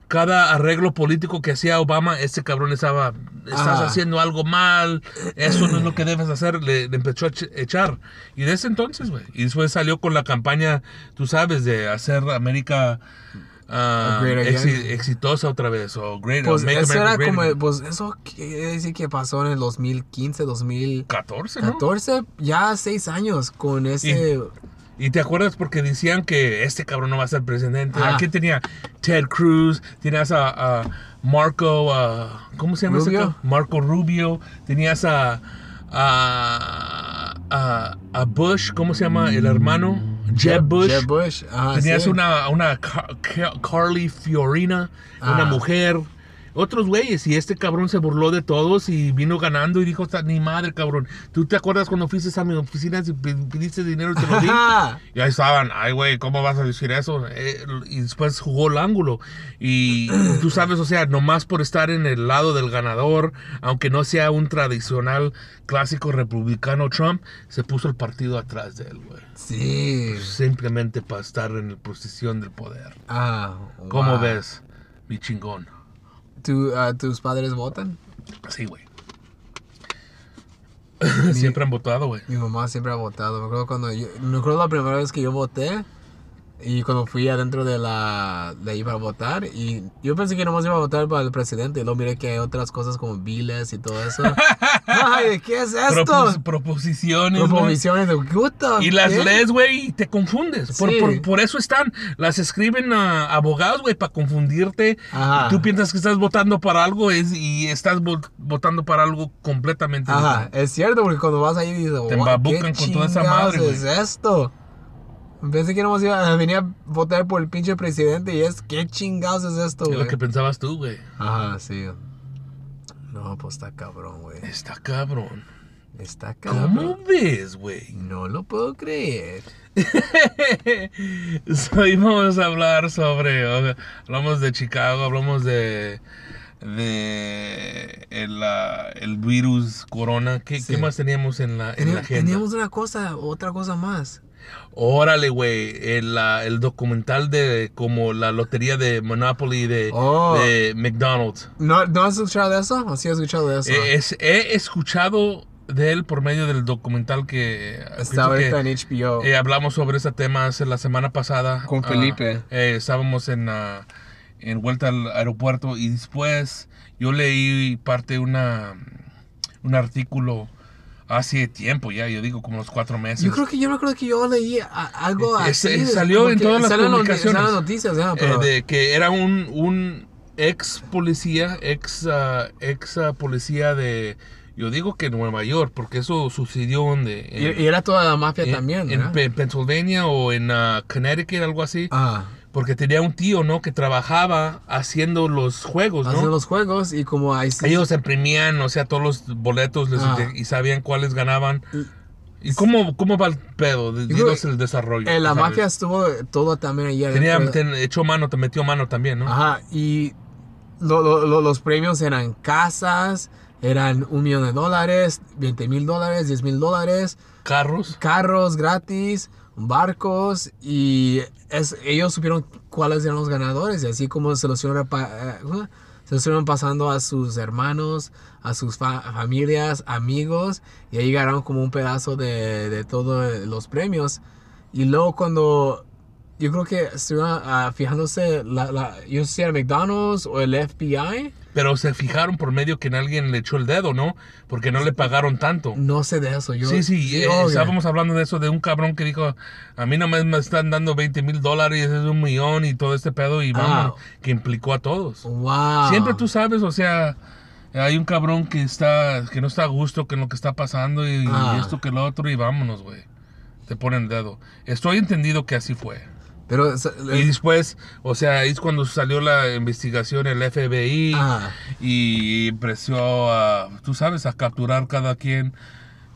Speaker 4: cada arreglo político que hacía Obama, este cabrón estaba, estás
Speaker 3: Ah.
Speaker 4: haciendo algo mal, eso no es lo que debes hacer, le, le empezó a ch- echar. Y desde entonces, güey. Y después salió con la campaña, tú sabes, de hacer América ah,
Speaker 3: Great again.
Speaker 4: exi- exitosa otra vez, o Great,
Speaker 3: pues
Speaker 4: o Make
Speaker 3: eso
Speaker 4: America
Speaker 3: era
Speaker 4: Great
Speaker 3: como
Speaker 4: Again.
Speaker 3: pues eso quiere decir que pasó en el 2015 2014
Speaker 4: 14, ¿no?
Speaker 3: ya seis años con ese
Speaker 4: Y te acuerdas porque decían que este cabrón no va a ser presidente.
Speaker 3: Ah.
Speaker 4: Aquí tenía Ted Cruz, tenías a, a Marco, a- ¿cómo se llama ese
Speaker 3: Rubio.
Speaker 4: cabrón? Marco Rubio, tenías a, a, a, a Bush, ¿cómo se llama el hermano? Jeb Bush.
Speaker 3: Jeb Bush ajá,
Speaker 4: Tenías
Speaker 3: Ah, sí.
Speaker 4: una, una Car- Car- Carly Fiorina, una
Speaker 3: Ah.
Speaker 4: mujer, otros güeyes. Y este cabrón se burló de todos y vino ganando y dijo, "Esta- ni madre, cabrón. ¿Tú te acuerdas cuando fuiste a mi oficina y pi- pidiste dinero y te lo di? Y ahí estaban, ay, güey, ¿cómo vas a decir eso? Eh, y después jugó el ángulo. Y tú sabes, o sea, nomás por estar en el lado del ganador, aunque no sea un tradicional clásico republicano Trump, se puso el partido atrás de él, güey.
Speaker 3: sí
Speaker 4: Simplemente para estar en la posición del poder.
Speaker 3: ah
Speaker 4: ¿Cómo
Speaker 3: wow.
Speaker 4: ves, mi chingón?
Speaker 3: ¿Tu- ah, tus padres votan
Speaker 4: Sí, güey. Siempre han votado, güey.
Speaker 3: Mi mamá siempre ha votado. Me acuerdo cuando yo, me acuerdo la primera vez que yo voté y cuando fui adentro de la de iba a votar y yo pensé que nomás iba a votar para el presidente y luego miré que hay otras cosas como biles y todo eso. Ay, ¿qué es esto?
Speaker 4: Propos- proposiciones. güey.
Speaker 3: Proposiciones de what the
Speaker 4: Y las
Speaker 3: fuck?
Speaker 4: lees, güey, y te confundes. Por,
Speaker 3: Sí.
Speaker 4: por- por eso están. Las escriben a abogados, güey, para confundirte.
Speaker 3: Ajá.
Speaker 4: Tú piensas que estás votando para algo es- y estás vo- votando para algo completamente
Speaker 3: Ajá,
Speaker 4: diferente.
Speaker 3: es cierto porque cuando vas ahí dices, "What-
Speaker 4: embabucan
Speaker 3: ¿qué
Speaker 4: con toda esa
Speaker 3: chingados
Speaker 4: madre,
Speaker 3: es esto? Pensé que nomás iba a venir a votar por el pinche presidente y es qué chingados es esto,
Speaker 4: Es
Speaker 3: güey.
Speaker 4: lo que pensabas tú, güey.
Speaker 3: Ajá, sí. No, pues está cabrón, güey.
Speaker 4: Está cabrón.
Speaker 3: Está cabrón.
Speaker 4: ¿Cómo ves, güey?
Speaker 3: No lo puedo creer.
Speaker 4: So, Hoy vamos a hablar sobre. o sea, Hablamos de Chicago, hablamos de. de. el, ah, el virus corona. ¿Qué,
Speaker 3: Sí.
Speaker 4: qué más teníamos en la, en la
Speaker 3: Teníamos-
Speaker 4: agenda?
Speaker 3: Teníamos una cosa, otra cosa más.
Speaker 4: Órale, güey, el, ah, el documental de como la lotería de Monopoly de,
Speaker 3: Oh.
Speaker 4: de McDonald's.
Speaker 3: ¿No, ¿No has escuchado de eso? ¿O sí has escuchado de eso?
Speaker 4: Eh, es- he escuchado de él por medio del documental que, eh,
Speaker 3: Está
Speaker 4: pienso
Speaker 3: ahorita
Speaker 4: que,
Speaker 3: en HBO.
Speaker 4: eh, hablamos sobre ese tema hace la semana pasada.
Speaker 3: Con
Speaker 4: Ah,
Speaker 3: Felipe.
Speaker 4: eh, estábamos en, ah, en vuelta al aeropuerto y después yo leí parte de una, un artículo hace tiempo ya, yo digo como unos cuatro meses.
Speaker 3: yo creo que yo me acuerdo que yo leí a- algo
Speaker 4: Es-
Speaker 3: así.
Speaker 4: es- Eh, salió en
Speaker 3: porque
Speaker 4: todas las
Speaker 3: salen noti-
Speaker 4: publicaciones.
Speaker 3: salen noticias, ya,
Speaker 4: Eh,
Speaker 3: pero-
Speaker 4: de que era un, un ex policía, ex, ah, ex ah, policía de, yo digo que Nueva York, porque eso sucedió donde...
Speaker 3: y, y era toda la mafia también,
Speaker 4: en
Speaker 3: ¿verdad?
Speaker 4: Pe- Pennsylvania o en ah, Connecticut, algo así.
Speaker 3: Ah,
Speaker 4: Porque tenía un tío, ¿no? Que trabajaba haciendo los juegos,
Speaker 3: hacen
Speaker 4: Ah, ¿no?
Speaker 3: los juegos y como ahí sí-
Speaker 4: Ellos imprimían, o sea, todos los boletos les-
Speaker 3: Ah.
Speaker 4: y sabían cuáles ganaban. ¿Y cómo, cómo va el pedo?
Speaker 3: Yo creo
Speaker 4: Dinos el desarrollo.
Speaker 3: eh, la
Speaker 4: ¿sabes?
Speaker 3: mafia estuvo todo también ahí
Speaker 4: Tenía,
Speaker 3: adentro.
Speaker 4: ten- echó mano, te
Speaker 3: Ah.
Speaker 4: metió mano también, ¿no?
Speaker 3: Ajá, y lo- lo- lo- los premios eran casas, Eran un millón de dólares, 20 mil dólares, 10 mil dólares,
Speaker 4: Carros.
Speaker 3: carros gratis, barcos y es- ellos supieron cuáles eran los ganadores y así como se los fueron, pa- eh, se los fueron pasando a sus hermanos, a sus fa- familias, amigos y ahí ganaron como un pedazo de, de todos los premios. Y luego cuando yo creo que estuvieron ah, fijándose, la, la- yo no sé si era McDonald's o el FBI,
Speaker 4: Pero se fijaron por medio que en alguien le echó el dedo, ¿no? Porque no le pagaron tanto.
Speaker 3: no sé de eso. Mm, Yo,
Speaker 4: Sí, sí, eh,
Speaker 3: obvio.
Speaker 4: estábamos hablando de eso, de un cabrón que dijo, a mí nomás me están dando 20 mil dólares, es un millón y todo este pedo, y
Speaker 3: Ah.
Speaker 4: vamos, que implicó a todos.
Speaker 3: Wow.
Speaker 4: Siempre tú sabes, o sea, hay un cabrón que está, que no está a gusto con lo que está pasando y, y
Speaker 3: Ah.
Speaker 4: esto que lo otro, y vámonos, güey. Te ponen el dedo. Estoy entendido que así fue.
Speaker 3: Pero, ah, es-
Speaker 4: Y después, o sea, ahí es cuando salió la investigación, el FBI,
Speaker 3: Ah.
Speaker 4: y presió a, tú sabes, a capturar cada quien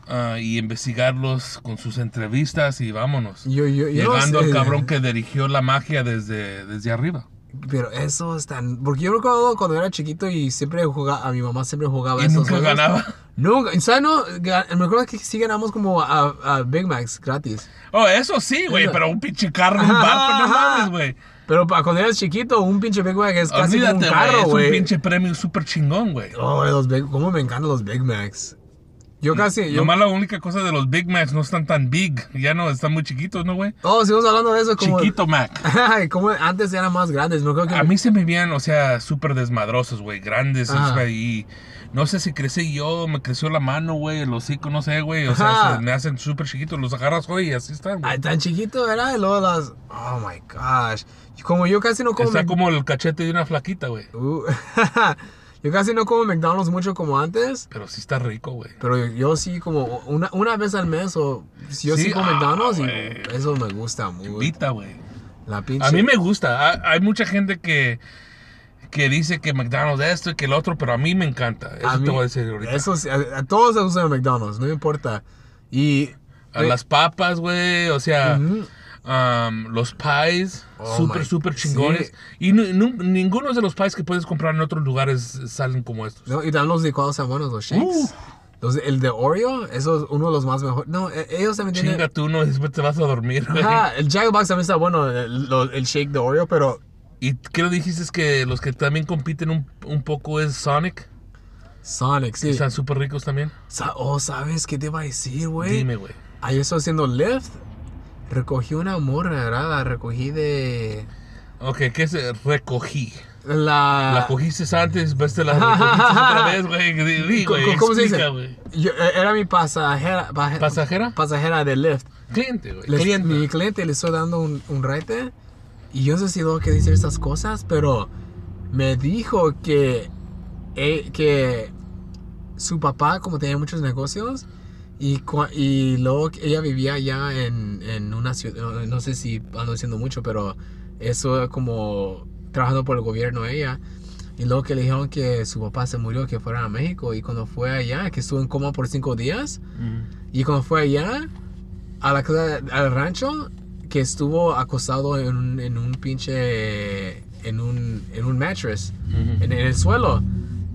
Speaker 4: ah, y investigarlos con sus entrevistas y vámonos.
Speaker 3: Yo- yo- yo
Speaker 4: Llegando
Speaker 3: sé.
Speaker 4: al cabrón que dirigió la magia desde, desde arriba.
Speaker 3: Pero eso es tan... Porque yo recuerdo cuando era chiquito y siempre jugaba... A mi mamá siempre jugaba
Speaker 4: Y
Speaker 3: esos
Speaker 4: nunca
Speaker 3: juegos.
Speaker 4: ganaba.
Speaker 3: Nunca. o sea, no, ga- me acuerdo que sí ganamos como a, a Big Macs gratis.
Speaker 4: Oh, eso sí, güey,
Speaker 3: Eso.
Speaker 4: pero un pinche carro, un barco, no mames, güey.
Speaker 3: Pero para cuando eras chiquito, un pinche Big Mac es casi como
Speaker 4: Olvídate,
Speaker 3: un
Speaker 4: güey,
Speaker 3: carro,
Speaker 4: es un
Speaker 3: güey.
Speaker 4: pinche premio súper chingón, güey.
Speaker 3: Oh, los Big... Cómo me encantan los Big Macs. Yo casi... Yo...
Speaker 4: Mm, Nomás la única cosa de los Big Macs no están tan big, ya no, están muy chiquitos, ¿no, güey?
Speaker 3: Oh, seguimos hablando de eso como...
Speaker 4: Chiquito Mac.
Speaker 3: Ay, como antes eran más grandes. Me acuerdo que...
Speaker 4: A mí se me veían, o sea, súper desmadrosos, güey, grandes,
Speaker 3: Ajá.
Speaker 4: o sea, y no sé si crecí yo, me creció la mano, güey, el hocico, no sé, güey, o sea,
Speaker 3: Ajá.
Speaker 4: se me hacen súper chiquitos, los agarras, güey, y así están, güey.
Speaker 3: Ay, tan chiquito era y luego las... Oh, my gosh. Y Como yo casi no como...
Speaker 4: Está
Speaker 3: Mc-
Speaker 4: como el cachete de una flaquita, güey,
Speaker 3: Uh, yo casi no como McDonald's mucho como antes.
Speaker 4: pero sí está rico, güey.
Speaker 3: Pero yo, yo sí como una, una vez al mes o si yo sí,
Speaker 4: Sí,
Speaker 3: como
Speaker 4: ah,
Speaker 3: McDonald's
Speaker 4: güey.
Speaker 3: y eso me gusta mucho.
Speaker 4: Vita, güey.
Speaker 3: La pinche.
Speaker 4: A mí me gusta, Ha- hay mucha gente que, que dice que McDonald's esto y que el otro, pero a mí me encanta, eso
Speaker 3: a
Speaker 4: te
Speaker 3: mí-
Speaker 4: voy a decir ahorita.
Speaker 3: Eso sí, a, a todos les gusta McDonald's, no me importa. Y
Speaker 4: A las papas, güey, o sea,
Speaker 3: Ujú.
Speaker 4: am, los pies,
Speaker 3: Oh
Speaker 4: súper,
Speaker 3: my-
Speaker 4: súper
Speaker 3: sí.
Speaker 4: chingones. Y nu- nu- ninguno de los pies que puedes comprar en otros lugares salen como estos.
Speaker 3: no, y dan los licuados tan buenos, los shakes.
Speaker 4: Uh.
Speaker 3: Los de- el de Oreo, eso es uno de los más mejores. No, e- ellos también tienen.
Speaker 4: Chinga tú, no, después te vas a dormir, güey.
Speaker 3: Ajá, el Jack Box también está bueno, el, lo- el shake de Oreo, pero
Speaker 4: ¿Y qué lo dijiste? Es que los que también compiten un, un poco es Sonic.
Speaker 3: Sonic, sí.
Speaker 4: Están súper ricos también.
Speaker 3: Sa- oh, ¿sabes qué te iba a decir, güey?
Speaker 4: Dime, güey.
Speaker 3: Ahí estoy haciendo lift. Recogí una morra, ¿verdad? La recogí de.
Speaker 4: Ok, ¿qué es? Recogí.
Speaker 3: La.
Speaker 4: La cogiste antes, ves, te la recogiste otra vez, güey. Di- di,
Speaker 3: ¿Cómo-
Speaker 4: güey,
Speaker 3: ¿Cómo se dice?
Speaker 4: explica, güey.
Speaker 3: Yo- eh, era mi pasajera. paje-
Speaker 4: ¿Pasajera?
Speaker 3: Pasajera de Lyft.
Speaker 4: Cliente, güey.
Speaker 3: Les-
Speaker 4: Cliente.
Speaker 3: Mi cliente le estoy dando un, un rete. Y yo no sé si tengo que decir estas cosas, pero me dijo que. eh, que su papá, como tenía muchos negocios. Y, cua- y luego que ella vivía allá en, en una ciudad, no, no sé si ando diciendo mucho, pero eso como trabajando por el gobierno ella. Y luego que le dijeron que su papá se murió, que fuera a México. Y cuando fue allá, que estuvo en coma por cinco días.
Speaker 4: Mm.
Speaker 3: Y cuando fue allá, a la casa- al rancho, que estuvo acostado en un, en un pinche, en un, en un mattress,
Speaker 4: Ujú.
Speaker 3: en, en el suelo.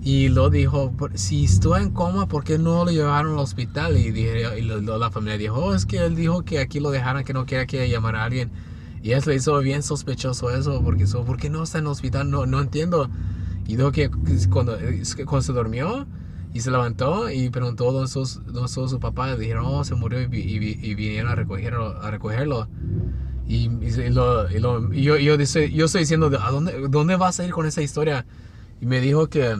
Speaker 3: Y lo dijo, "Por- si estuvo en coma, ¿por qué no lo llevaron al hospital? Y, dije- y lo- lo- la familia dijo, "Oh, es que él dijo que aquí lo dejaran, que no quiera que llamara a alguien. Y eso le hizo bien sospechoso eso, porque dijo, ¿por qué no está en el hospital? No, no entiendo. Y dijo que cuando, es que cuando se durmió y se levantó y preguntó dónde estuvo su- dónde estuvo su papá, dijeron, oh, se murió y, vi- y vi- y vinieron a recogerlo. A recogerlo. Y, y se- y lo- y lo- y yo, yo, dice- yo estoy diciendo, ¿a dónde, dónde vas a ir con esa historia? Y me dijo que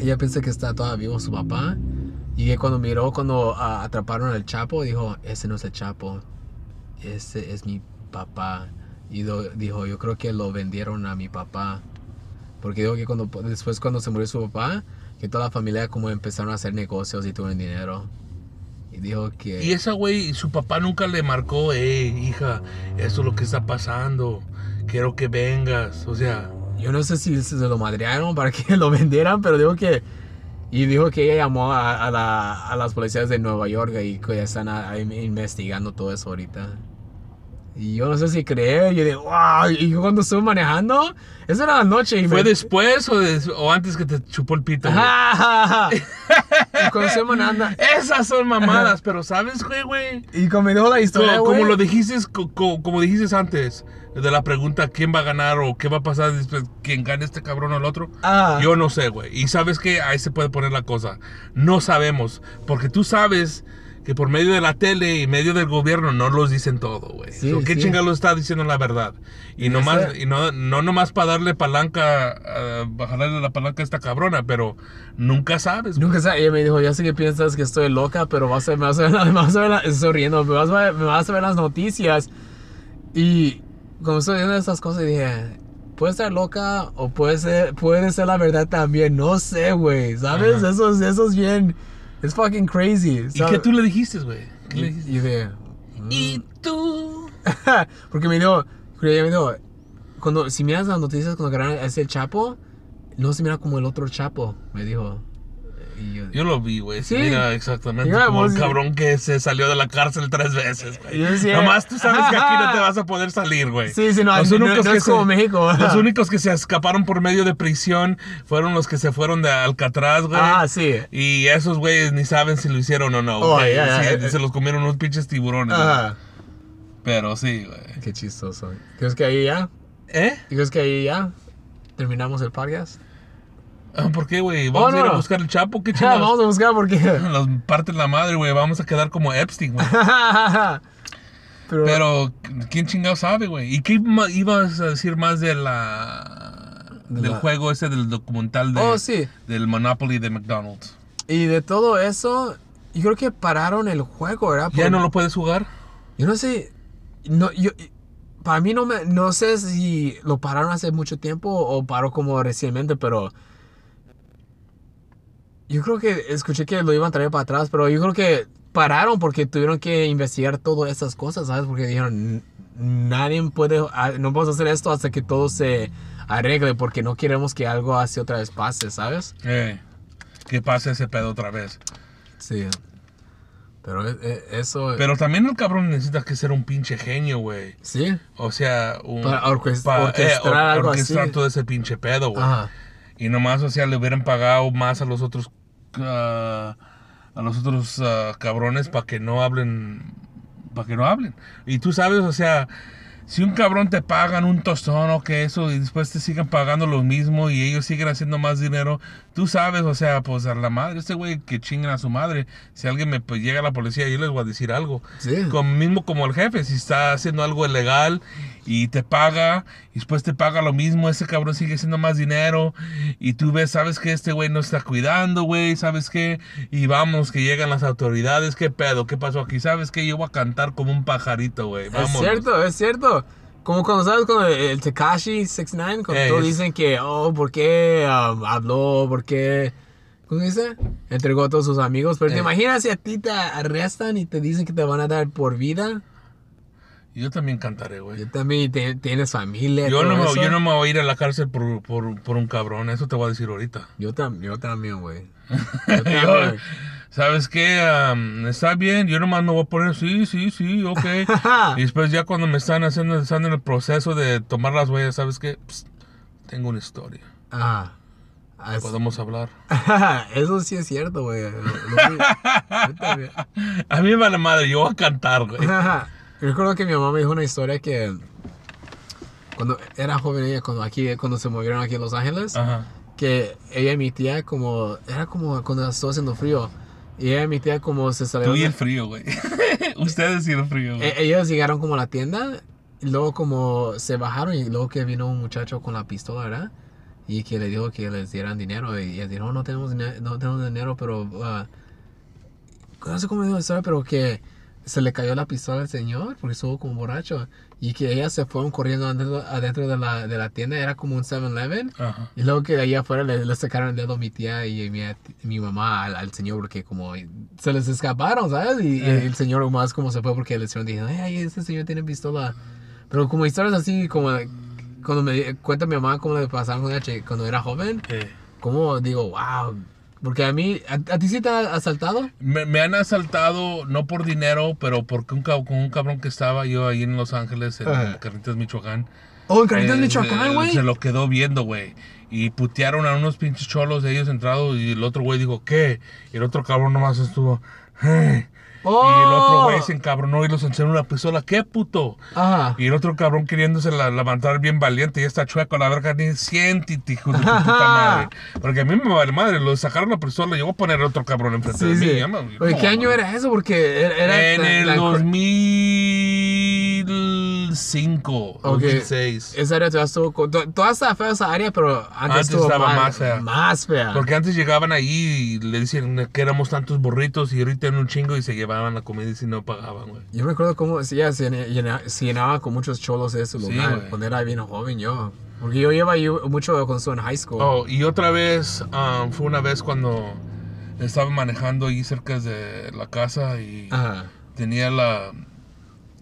Speaker 3: ella piensa que está todavía vivo su papá. Y que cuando miró, cuando ah, atraparon al Chapo, dijo, ese no es el Chapo, ese es mi papá. Y do- dijo, yo creo que lo vendieron a mi papá. Porque dijo que cuando, después cuando se murió su papá, que toda la familia como empezaron a hacer negocios y tuvieron dinero. Y dijo que...
Speaker 4: Y esa güey, su papá nunca le marcó, hey, hija, esto es lo que está pasando, quiero que vengas. O sea,
Speaker 3: Yo no sé si se lo madrearon para que lo vendieran, pero digo que... Y dijo que ella llamó a, a la- a las policías de Nueva York y que ya están a- ahí investigando todo eso ahorita. Y yo no sé si creer, yo digo, wow, y yo cuando estuve manejando, eso era la noche. Y
Speaker 4: ¿Fue
Speaker 3: me-
Speaker 4: después o, des- o antes que te chupó el pito? güey?
Speaker 3: Ajá. y cuando estuve manejando,
Speaker 4: Esas son mamadas, pero ¿sabes, güey, güey?
Speaker 3: y cuando me dijo la
Speaker 4: Co-
Speaker 3: historia,
Speaker 4: Como,
Speaker 3: güey,
Speaker 4: lo dijiste, co- co- como dijiste antes, de la pregunta quién va a ganar o qué va a pasar después, quién gane este cabrón o el otro.
Speaker 3: Ah.
Speaker 4: Yo no sé, güey. Y sabes que ahí se puede poner la cosa. No sabemos, porque tú sabes que por medio de la tele y medio del gobierno no los dicen todo, güey.
Speaker 3: Sí,
Speaker 4: So, ¿Qué
Speaker 3: sí.
Speaker 4: chingado está diciendo la verdad? Y,
Speaker 3: Ya
Speaker 4: nomás,
Speaker 3: sé.
Speaker 4: y no, no nomás para darle palanca, ah, bajarle la palanca a esta cabrona, pero nunca sabes, güey.
Speaker 3: Nunca sabe, ella me dijo, ya sé que piensas que estoy loca, pero vas a, me vas a ver, la- me vas a ver la- estoy riendo, me vas a ver, me vas a ver las noticias. Y como estoy viendo estas cosas, dije, puede estar loca o puede ser, puede ser la verdad también, no sé, güey, ¿sabes?
Speaker 4: Ajá.
Speaker 3: Eso, es- eso es bien, es fucking crazy.
Speaker 4: ¿Y qué tú le dijiste, güey? ¿Qué le dijiste?
Speaker 3: Y dije,
Speaker 4: Y tú.
Speaker 3: Porque me dijo, porque ella me dijo, cuando, si miras las noticias cuando agarran a ese chapo, no se mira como el otro chapo, me dijo. Y yo,
Speaker 4: Yo lo vi, güey. Sí.
Speaker 3: Sí.
Speaker 4: Mira, exactamente.
Speaker 3: Mira,
Speaker 4: como
Speaker 3: vos-
Speaker 4: un cabrón que se salió de la cárcel tres veces, güey.
Speaker 3: Yo decía-
Speaker 4: Nomás tú sabes que aquí no te vas a poder salir, güey.
Speaker 3: Sí, sí, no,
Speaker 4: Los
Speaker 3: no-
Speaker 4: únicos
Speaker 3: no
Speaker 4: que
Speaker 3: es como
Speaker 4: se-
Speaker 3: México.
Speaker 4: Los únicos que se escaparon por medio de prisión fueron los que se fueron de Alcatraz, güey.
Speaker 3: ah, sí.
Speaker 4: Y esos güeyes ni saben si lo hicieron o no.
Speaker 3: Oh,
Speaker 4: güey.
Speaker 3: ya, ya,
Speaker 4: Sí,
Speaker 3: ya.
Speaker 4: Se los comieron unos pinches tiburones. güey.
Speaker 3: Ajá.
Speaker 4: Pero sí, güey.
Speaker 3: Qué chistoso. ¿Crees que ahí ya?
Speaker 4: ¿Eh?
Speaker 3: ¿Crees que ahí ya? ¿Terminamos el podcast?
Speaker 4: Ah, ¿Por qué, güey? ¿Vamos
Speaker 3: Oh, no,
Speaker 4: a ir a
Speaker 3: no.
Speaker 4: buscar el chapo? ¿Qué
Speaker 3: Ya,
Speaker 4: chingados?
Speaker 3: vamos a buscar porque...
Speaker 4: Nos parten la madre, güey. Vamos a quedar como Epstein, güey.
Speaker 3: Pero,
Speaker 4: Pero, ¿quién chingado sabe, güey? ¿Y qué ma- ibas a decir más de la,
Speaker 3: De
Speaker 4: del
Speaker 3: la-
Speaker 4: juego ese del documental de,
Speaker 3: Oh, sí.
Speaker 4: del Monopoly de McDonald's?
Speaker 3: Y de todo eso, yo creo que pararon el juego, ¿verdad?
Speaker 4: ¿Ya
Speaker 3: Por-
Speaker 4: no lo puedes jugar?
Speaker 3: Yo no sé... No, yo... Para mí no me... No sé si lo pararon hace mucho tiempo o paró como recientemente, pero... Yo creo que escuché que lo iban a traer para atrás, pero yo creo que pararon porque tuvieron que investigar todas esas cosas, ¿sabes? Porque dijeron, "N- nadie puede, ah, no vamos a hacer esto hasta que todo se arregle, porque no queremos que algo así otra vez pase, ¿sabes?
Speaker 4: Eh, que pase ese pedo otra vez.
Speaker 3: Sí. Pero e- e- eso...
Speaker 4: Pero también el cabrón necesita que ser un pinche genio, güey.
Speaker 3: sí.
Speaker 4: O sea, un,
Speaker 3: Para orques-
Speaker 4: pa-
Speaker 3: orquestar algo
Speaker 4: orquestar
Speaker 3: así.
Speaker 4: todo ese pinche pedo, güey.
Speaker 3: Ajá.
Speaker 4: Y nomás, o sea, le hubieran pagado más a los otros. ah, a los otros ah, cabrones para que no hablen. Para que no hablen. Y tú sabes, o sea, si un cabrón te pagan un tostón o que eso, y después te sigan pagando lo mismo y ellos siguen haciendo más dinero, tú sabes, o sea, pues a la madre, este güey que chinguen a su madre. Si alguien me pues, llega a la policía, yo les voy a decir algo.
Speaker 3: Sí.
Speaker 4: Como- mismo como el jefe, si está haciendo algo ilegal y te paga, y después te paga lo mismo, ese cabrón sigue haciendo más dinero, y tú ves, sabes que este güey no está cuidando, güey, sabes qué, y vamos, que llegan las autoridades, qué pedo, qué pasó aquí, sabes que yo voy a cantar como un pajarito, güey,
Speaker 3: Es
Speaker 4: vamos.
Speaker 3: cierto, es cierto. Como cuando sabes con el, el Tekashi 69, cuando
Speaker 4: Eh,
Speaker 3: todos
Speaker 4: es-
Speaker 3: dicen que, oh, ¿por qué um, habló? ¿Por qué? ¿Cómo dice? Entregó a todos sus amigos. Pero
Speaker 4: Eh.
Speaker 3: te imaginas si a ti te arrestan y te dicen que te van a dar por vida.
Speaker 4: Yo también cantaré, güey.
Speaker 3: Yo también te- tienes familia.
Speaker 4: Yo
Speaker 3: todo
Speaker 4: no,
Speaker 3: eso.
Speaker 4: me, yo no me voy a ir a la cárcel por, por, por un cabrón, eso te voy a decir ahorita.
Speaker 3: Yo, tam- yo también, güey.
Speaker 4: Yo,
Speaker 3: Yo también.
Speaker 4: ¿Sabes qué? Am, está bien, yo nomás me voy a poner, sí, sí, sí, ok. y después ya cuando me están haciendo, están en el proceso de tomar las huellas, ¿sabes qué? Psst, tengo una historia,
Speaker 3: Ah, as-
Speaker 4: podemos hablar.
Speaker 3: eso sí es cierto, güey. Lo- lo- yo también.
Speaker 4: A mí me vale madre, yo voy a cantar, güey.
Speaker 3: Ajá. Yo Recuerdo que mi mamá me dijo una historia que cuando era joven ella, cuando aquí, cuando se movieron aquí a Los Ángeles,
Speaker 4: Ajá.
Speaker 3: que ella y mi tía como, era como cuando estaba haciendo frío, y ella y mi tía como se
Speaker 4: Tú
Speaker 3: salieron,
Speaker 4: y el frío, güey. Ustedes y el frío, güey.
Speaker 3: e- ellos llegaron como a la tienda, y luego como se bajaron, y luego que vino un muchacho con la pistola, ¿verdad? Y que le dijo que les dieran dinero, y ella dijo, no, no tenemos, dine- no tenemos dinero, pero, ah, no sé cómo dijo la historia, pero que... se le cayó la pistola al señor porque estuvo como borracho y que ellas se fueron corriendo adentro, adentro de, la, de la tienda, era como un 7-Eleven.
Speaker 4: Ajá.
Speaker 3: Y luego que de ahí afuera le, le sacaron el dedo a mi tía y mi, mi mamá al, al señor porque como se les escaparon, ¿sabes? Y, y
Speaker 4: Eh.
Speaker 3: el señor más como se fue porque le hicieron, dije, ay, ay, este señor tiene pistola. Pero como historias así, como cuando me di- cuenta mi mamá cómo le pasaron cuando era che- cuando era joven,
Speaker 4: Eh,
Speaker 3: como digo, wow, Porque a mí, ¿a, a ti sí te ha asaltado?
Speaker 4: Me, me han asaltado, no por dinero, pero porque un, cab- con un cabrón que estaba yo ahí en Los Ángeles, en
Speaker 3: Ajá.
Speaker 4: Carritas, Michoacán.
Speaker 3: Oh, en Carritas,
Speaker 4: Eh,
Speaker 3: Michoacán,
Speaker 4: eh,
Speaker 3: güey.
Speaker 4: Se lo quedó viendo, güey. Y putearon a unos pinches cholos de ellos entrados y el otro güey dijo, ¿qué? Y el otro cabrón nomás estuvo... "Eh". Y el otro
Speaker 3: Oh.
Speaker 4: güey se encabronó y los encendió una pistola. ¿Qué puto?
Speaker 3: Ajá.
Speaker 4: Y el otro cabrón queriéndose la- levantar bien valiente y está chueco, la verga, ni siéntete, hijo de tu puta madre. Porque a mí me vale madre, lo sacaron la pistola y yo voy a poner otro cabrón enfrente
Speaker 3: Sí,
Speaker 4: de mí.
Speaker 3: sí.
Speaker 4: ya me-
Speaker 3: Oye,
Speaker 4: no,
Speaker 3: ¿qué año
Speaker 4: no.
Speaker 3: era eso? Porque era... era
Speaker 4: en
Speaker 3: tan-
Speaker 4: el
Speaker 3: tan-
Speaker 4: 2005,
Speaker 3: Ok.
Speaker 4: 2006.
Speaker 3: Esa área todavía estuvo... con- to- Todavía estaba fea esa área, pero antes,
Speaker 4: Antes
Speaker 3: estuvo
Speaker 4: estaba
Speaker 3: mal-
Speaker 4: más fea.
Speaker 3: Más fea.
Speaker 4: Porque antes llegaban ahí y le decían que éramos tantos burritos y ahorita en un chingo y se llevaban la comida y si no pagaban, güey.
Speaker 3: Yo me acuerdo cómo sí, ya se llena- se llenaba, con muchos cholos ese lugar
Speaker 4: güey.
Speaker 3: cuando era bien joven yo. Porque yo llevaba ahí mucho con su en high school.
Speaker 4: Oh, y otra vez, ah, fue una vez cuando estaba manejando ahí cerca de la casa y
Speaker 3: Ajá.
Speaker 4: tenía la,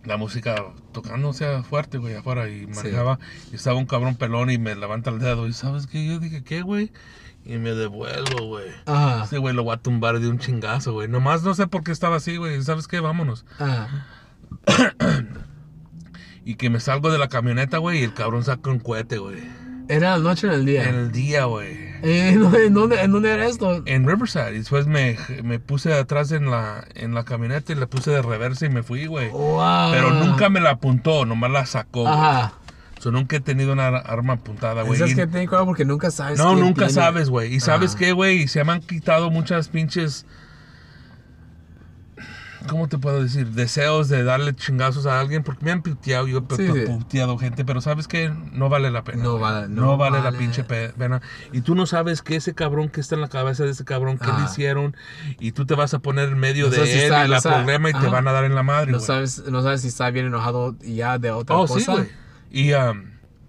Speaker 4: la música tocando, o sea, fuerte, güey, afuera y manejaba. Y estaba un cabrón pelón y me levanta el dedo y ¿sabes qué? Yo dije, ¿qué, güey? Y me devuelvo, güey.
Speaker 3: Ajá.
Speaker 4: Este güey lo voy a tumbar de un chingazo, güey. Nomás no sé por qué estaba así, güey. ¿Sabes qué? Vámonos.
Speaker 3: Ajá.
Speaker 4: Y que me salgo de la camioneta, güey, y el cabrón saca un cohete, güey.
Speaker 3: Era la noche en el día.
Speaker 4: En el día, güey.
Speaker 3: Eh, ¿En, dónde- en dónde, en dónde era esto?
Speaker 4: En Riverside. Y después me, me puse atrás en la, en la camioneta y la puse de reversa y me fui, güey.
Speaker 3: Wow.
Speaker 4: Pero nunca me la apuntó, nomás la sacó. güey.
Speaker 3: Ah. Ajá.
Speaker 4: So, nunca he tenido una ar- arma apuntada, güey.
Speaker 3: ¿Sabes
Speaker 4: Y-
Speaker 3: que tengo cuidado porque nunca sabes
Speaker 4: No,
Speaker 3: quién
Speaker 4: nunca
Speaker 3: tiene.
Speaker 4: sabes, güey. Y sabes
Speaker 3: Ajá.
Speaker 4: qué, güey, se me han quitado muchas pinches. ¿Cómo te puedo decir? Deseos de darle chingazos a alguien porque me han puteado, yo he
Speaker 3: Sí, sí.
Speaker 4: puteado gente, pero sabes que no vale la pena.
Speaker 3: No
Speaker 4: güey.
Speaker 3: vale-
Speaker 4: no,
Speaker 3: no
Speaker 4: vale,
Speaker 3: vale.
Speaker 4: la pinche pe- pena. Y tú no sabes que ese cabrón que está en la cabeza de ese cabrón, qué le
Speaker 3: Ajá.
Speaker 4: hicieron, y tú te vas a poner en medio
Speaker 3: No
Speaker 4: de
Speaker 3: sabes si
Speaker 4: él
Speaker 3: sabe,
Speaker 4: y
Speaker 3: no
Speaker 4: la
Speaker 3: sabe.
Speaker 4: problema y te
Speaker 3: Ajá.
Speaker 4: van a dar en la madre.
Speaker 3: No
Speaker 4: güey.
Speaker 3: sabes, no sabes si está bien enojado ya de otra
Speaker 4: Oh,
Speaker 3: cosa.
Speaker 4: sí, güey. Y, um,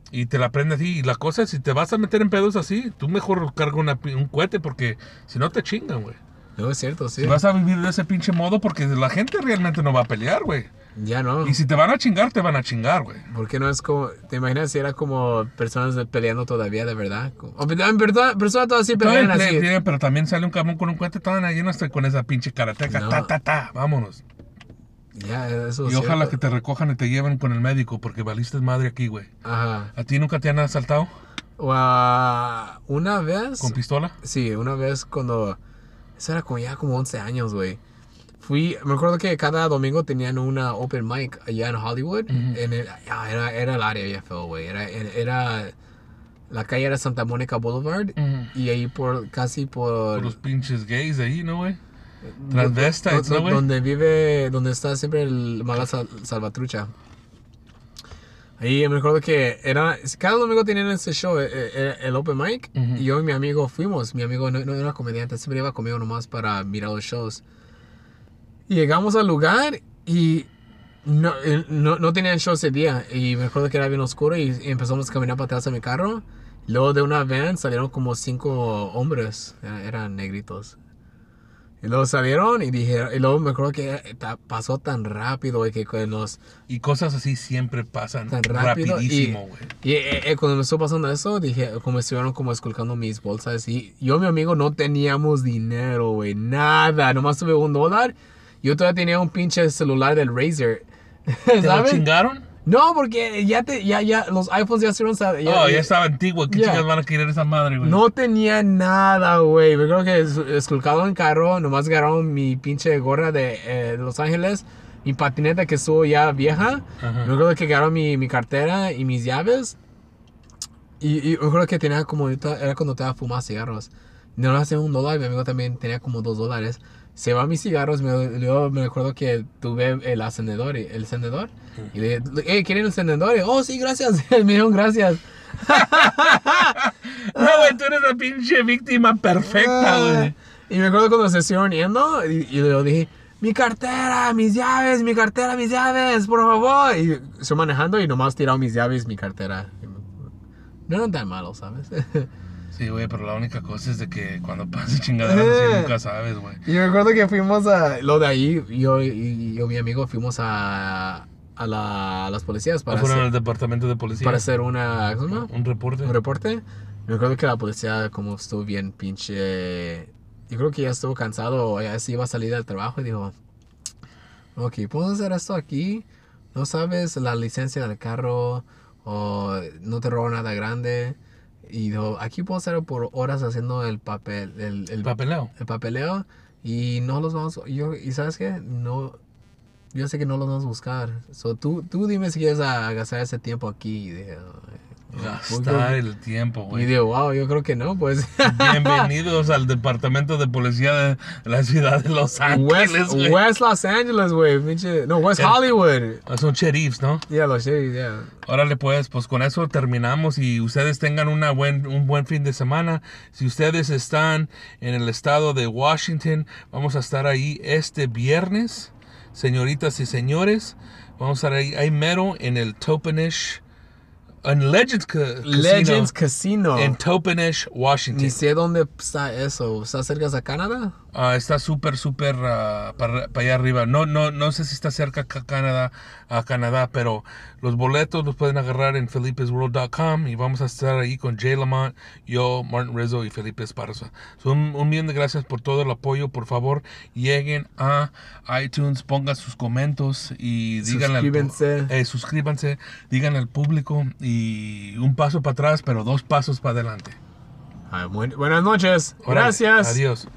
Speaker 4: y te la prende así. Y la cosa es, si te vas a meter en pedos así, tú mejor carga una pi- un cohete porque si no te chingan, güey.
Speaker 3: No es cierto, sí.
Speaker 4: Si vas a vivir de ese pinche modo porque la gente realmente no va a pelear, güey.
Speaker 3: Ya no.
Speaker 4: Y si te van a chingar, te van a chingar, güey.
Speaker 3: Porque no es como, te imaginas si era como personas peleando todavía de verdad. Como- O, en verdad, personas todas sí pelean
Speaker 4: Todavía
Speaker 3: así.
Speaker 4: pelean, pelean, pero también sale un cabrón con un cohete, tan ahí no estoy con esa pinche karateca,
Speaker 3: No.
Speaker 4: ta, ta, ta, vámonos.
Speaker 3: Ya, eso
Speaker 4: Y
Speaker 3: es
Speaker 4: ojalá
Speaker 3: cierto.
Speaker 4: que te recojan y te lleven con el médico, porque valiste madre aquí, güey.
Speaker 3: Ajá.
Speaker 4: ¿A ti nunca te han asaltado
Speaker 3: O, ah, una vez.
Speaker 4: con pistola?
Speaker 3: Sí, una vez cuando. Eso era como ya como 11 años, güey. Fui. Me acuerdo que cada domingo tenían una open mic allá en Hollywood. en el- ah, era, era el área ya feo, güey. Era, era. La calle era Santa Mónica Boulevard.
Speaker 4: Ujú.
Speaker 3: Y ahí por. Casi
Speaker 4: Por los pinches gays de ahí, ¿no, güey? Transvestites,
Speaker 3: Do-
Speaker 4: ¿no,
Speaker 3: do-
Speaker 4: güey?
Speaker 3: Donde vive, donde está siempre el mala sal- salvatrucha. Ahí me acuerdo que era, cada domingo tenían ese show, eh, eh, el open mic,
Speaker 4: Ujú.
Speaker 3: y yo y mi amigo fuimos. Mi amigo no, no era comediante, siempre iba conmigo nomás para mirar los shows. Y llegamos al lugar y no, eh, no, no tenían show ese día. Y me acuerdo que era bien oscuro y empezamos a caminar para atrás de mi carro. Luego de una van salieron como cinco hombres, era- eran negritos. Y luego salieron y dijeron, y luego me acuerdo que eh, ta- pasó tan rápido güey, que que nos...
Speaker 4: Y cosas así siempre pasan
Speaker 3: Tan rápido y-
Speaker 4: rapidísimo, güey.
Speaker 3: Y eh, eh, cuando me estuvo pasando eso, dije, como estuvieron como esculcando mis bolsas. Y yo y mi amigo no teníamos dinero, güey, nada. Nomás tuve un dólar. Yo todavía tenía un pinche celular del Razer.
Speaker 4: ¿Te lo
Speaker 3: ¿Sabes?
Speaker 4: chingaron?
Speaker 3: No, porque ya te, ya, ya, los iPhones ya se ya,
Speaker 4: oh, ya estaba antiguo. ¿Qué
Speaker 3: Ya.
Speaker 4: chicas van a querer esa madre, güey?
Speaker 3: No tenía nada, güey. Me creo que es- esculcado en carro, nomás agarraron mi pinche gorra de, eh, de Los Ángeles, mi patineta que estuvo ya vieja.
Speaker 4: Ajá.
Speaker 3: Me acuerdo que agarraron mi, mi cartera y mis llaves. Y, y me acuerdo que tenía como, era cuando estaba fumando cigarros. No lo hacía un dólar, mi amigo también tenía como dos dólares. Se va mis cigarros, me, yo me acuerdo que tuve el encendedor, y- el encendedor. Y le dije, hey, ¿quieren el encendedor? Y, oh, sí, gracias. me dijeron gracias.
Speaker 4: No, güey, tú eres la pinche víctima perfecta,
Speaker 3: Ah.
Speaker 4: güey.
Speaker 3: Y me acuerdo cuando se estuvieron yendo y, y yo dije, mi cartera, mis llaves, mi cartera, mis llaves, por favor. Y estoy manejando y nomás tiraron mis llaves, mi cartera. No eran tan malos, ¿sabes?
Speaker 4: Sí, güey, pero la única cosa es de que cuando pasa chingaderas así
Speaker 3: Eh.
Speaker 4: nunca sabes, güey.
Speaker 3: Y me acuerdo que fuimos a... Lo de ahí, yo y- y yo, mi amigo fuimos a, a, la- a las policías para
Speaker 4: Fueron
Speaker 3: hacer,
Speaker 4: al departamento de policía.
Speaker 3: para hacer una... ¿Cómo se llama?
Speaker 4: Un reporte.
Speaker 3: un reporte. Me acuerdo que la policía como estuvo bien pinche... yo creo que ya estuvo cansado o ya se iba a salir del trabajo y dijo, ok, ¿puedo hacer esto aquí? No sabes la licencia del carro o no te robo nada grande. Y dijo, aquí puedo estar por horas haciendo el papel, el, el-
Speaker 4: El papeleo.
Speaker 3: el papeleo y no los vamos, yo, y sabes qué, no, yo sé que no los vamos a buscar. So, tú, tú dime si quieres a- a gastar ese tiempo aquí. Y dije, "Ay,
Speaker 4: Gastar el tiempo,
Speaker 3: y
Speaker 4: güey.
Speaker 3: digo, wow, yo creo que no, pues.
Speaker 4: Bienvenidos al departamento de policía de la ciudad de Los
Speaker 3: West,
Speaker 4: Ángeles, güey.
Speaker 3: West Los Angeles, güey. pinche- No, West Hollywood.
Speaker 4: Ah, Son sheriffs, ¿no?
Speaker 3: Yeah, los sheriffs, yeah.
Speaker 4: Órale pues, pues con eso terminamos y ustedes tengan una buen, un buen fin de semana. Si ustedes están en el estado de Washington, vamos a estar ahí este viernes, señoritas y señores. Vamos a estar ahí, ahí mero en el Topanish, en Legends Ca- Casino,
Speaker 3: Legends Casino.
Speaker 4: en Topanish, Washington.
Speaker 3: Ni sé dónde está eso. ¿Está cerca de Canadá?
Speaker 4: Ah, está súper, súper ah, para, para allá arriba. No, no, no sé si está cerca a Canadá, a Canadá, pero los boletos los pueden agarrar en felipesworld.com y vamos a estar ahí con Jay Lamont, yo, Martin Rizzo y Felipe Esparza. So, un, un millón de gracias por todo el apoyo. Por favor, lleguen a iTunes, pongan sus comentarios y díganle al pu-
Speaker 3: Suscríbanse.
Speaker 4: eh, suscríbanse, díganle al público y un paso para atrás, pero dos pasos para adelante.
Speaker 3: Ah, buen- buenas noches.
Speaker 4: Órale,
Speaker 3: Gracias.
Speaker 4: Adiós.